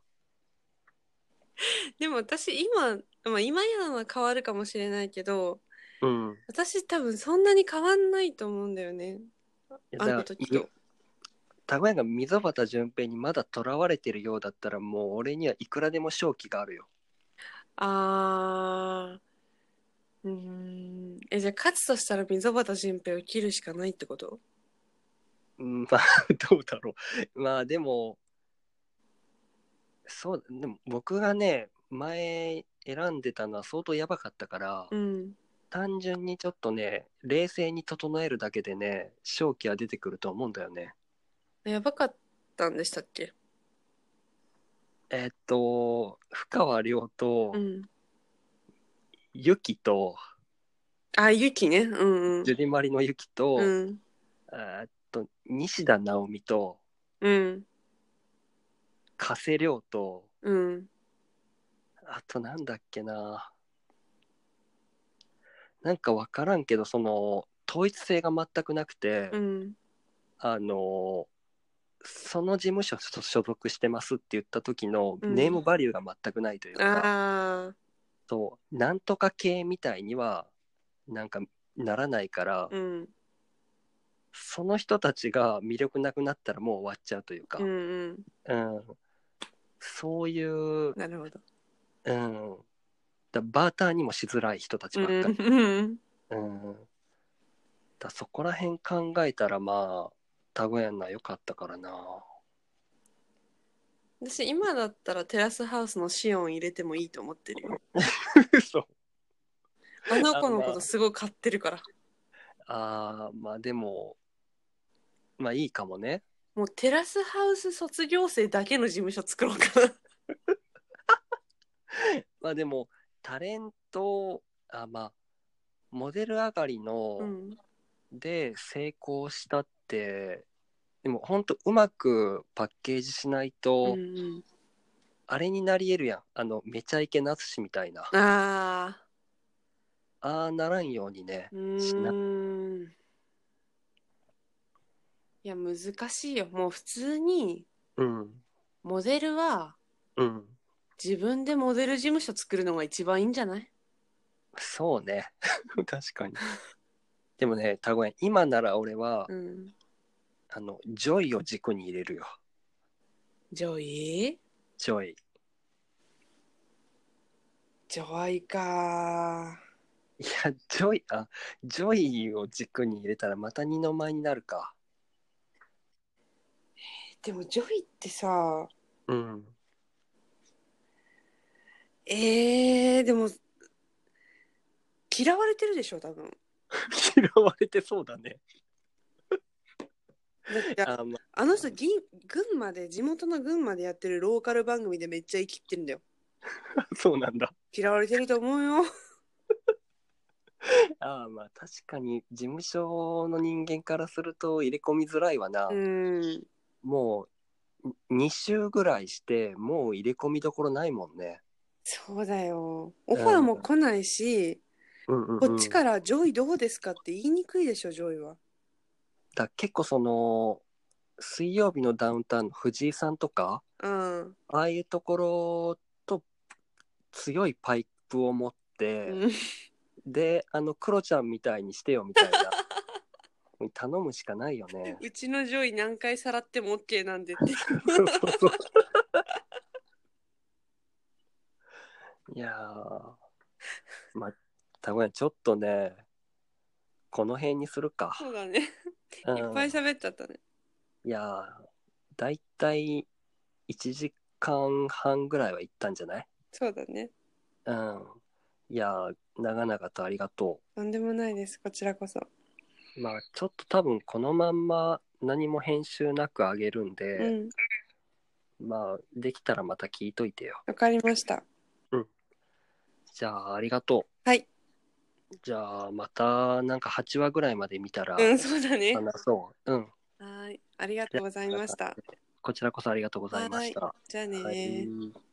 Speaker 1: でも私今、まあ、今やのは変わるかもしれないけど
Speaker 2: うん、
Speaker 1: 私多分そんなに変わんないと思うんだよねあの時と。
Speaker 2: たが溝端淳平にまだとらわれてるようだったらもう俺にはいくらでも勝機があるよ。
Speaker 1: あーうーんえじゃあ勝つとしたら溝端淳平を切るしかないってこと
Speaker 2: うん まあどうだろうまあでもそうでも僕がね前選んでたのは相当やばかったから、
Speaker 1: うん
Speaker 2: 単純にちょっとね冷静に整えるだけでね勝機は出てくると思うんだよね
Speaker 1: やばかったんでしたっけ
Speaker 2: えっと深川亮と
Speaker 1: うん
Speaker 2: ユキと、
Speaker 1: あゆきねうんうん
Speaker 2: ジュリマリのユキと、
Speaker 1: うん
Speaker 2: えっと西田直美と
Speaker 1: うん
Speaker 2: 加瀬亮と
Speaker 1: うん
Speaker 2: あとなんだっけな。なんかわからんけど、その、統一性が全くなくて、
Speaker 1: うん
Speaker 2: あの、その事務所所所属してますって言った時の
Speaker 1: うん
Speaker 2: ネームバリューが全くないというか、
Speaker 1: あ
Speaker 2: そう、なんとか系みたいには、なんかならないから、
Speaker 1: ーうん
Speaker 2: その人たちが魅力なくなったらもう終わっちゃうというか、
Speaker 1: うんうん
Speaker 2: うん、そういう、
Speaker 1: なるほど
Speaker 2: うん、だバーターにもしづらい人たち
Speaker 1: う
Speaker 2: ばっかり
Speaker 1: んうん
Speaker 2: うんだそこら辺考えたらまあタグやんな良かったからな
Speaker 1: 私今だったらテラスハウスのシオン入れてもいいと思ってるよ
Speaker 2: そう
Speaker 1: あの子のことすごい買ってるから
Speaker 2: あーまあでもまあいいかもね
Speaker 1: もうテラスハウス卒業生だけの事務所作ろうかな
Speaker 2: まあでもタレントあまあモデル上がりの
Speaker 1: うん
Speaker 2: で成功したって、でもほんとうまくパッケージしないうと、
Speaker 1: んうん
Speaker 2: あれになりえるやんあのめちゃイケなつしみたいな
Speaker 1: ああ、
Speaker 2: ああならんようにね
Speaker 1: うーん。いや、難しいよ。もう普通に、
Speaker 2: うん
Speaker 1: モデルは、
Speaker 2: うん
Speaker 1: 自分でモデル事務所作るのが一番いいんじゃない
Speaker 2: そうね。 確かに。でもね、タゴヤン、今なら俺は、
Speaker 1: うん。
Speaker 2: あの、ジョイを軸に入れるよ。
Speaker 1: ジョイ
Speaker 2: ジョイ。
Speaker 1: ジョイか
Speaker 2: いや、ジョイ、あ、ジョイを軸に入れたらまた二の舞になるか。
Speaker 1: でも、ジョイってさ、
Speaker 2: うん。
Speaker 1: ええー、でも、嫌われてるでしょ、多分。
Speaker 2: 嫌われてそうだね。
Speaker 1: だってあ
Speaker 2: あ、ま、
Speaker 1: あの人ぎん群馬で地元の群馬でやってるローカル番組でめっちゃ生きってるんだよ
Speaker 2: そうなんだ。
Speaker 1: 嫌われてると思うよ
Speaker 2: あまあ確かに事務所の人間からすると入れ込みづらいわな。
Speaker 1: うん
Speaker 2: もう、2週ぐらいして、もう入れ込みどころないもんね。
Speaker 1: そうだよ。オファーも来ないし、
Speaker 2: うんうんうん
Speaker 1: こっちから「ジョイどうですか?」って言いにくいでしょジョイは。
Speaker 2: だ結構その水曜日のダウンタウンの藤井さんとか
Speaker 1: うん。
Speaker 2: ああいうところと強いパイプを持って、であのクロちゃんみたいにしてよみたい な頼むしかないよね
Speaker 1: うちのジョイ何回さらっても OK なんで って。
Speaker 2: そうそうそういやーまあたごやんちょっとねこの辺にするか、
Speaker 1: そうだね。いっ
Speaker 2: うん
Speaker 1: ぱい喋っちゃったね。
Speaker 2: いやーだいたい1時間半ぐらいは行ったんじゃない
Speaker 1: そうだね。
Speaker 2: うん。いやー、長々とありがと
Speaker 1: とんでもないです。こちらこそ。
Speaker 2: う。まあ、ちょっと多分このまんま何も編集なくあげるん
Speaker 1: う
Speaker 2: で、
Speaker 1: ん。
Speaker 2: まあ、できたらまた聞いといてよ。
Speaker 1: わかりました。
Speaker 2: じゃあ、ありがと
Speaker 1: はい。
Speaker 2: う。じゃあ、またなんか8話ぐらいまで見たら
Speaker 1: うん、そうだね。
Speaker 2: 話そう。うん。
Speaker 1: はい。ありがとうございました。
Speaker 2: こちらこそありがとうございました。
Speaker 1: じゃあねー。
Speaker 2: はい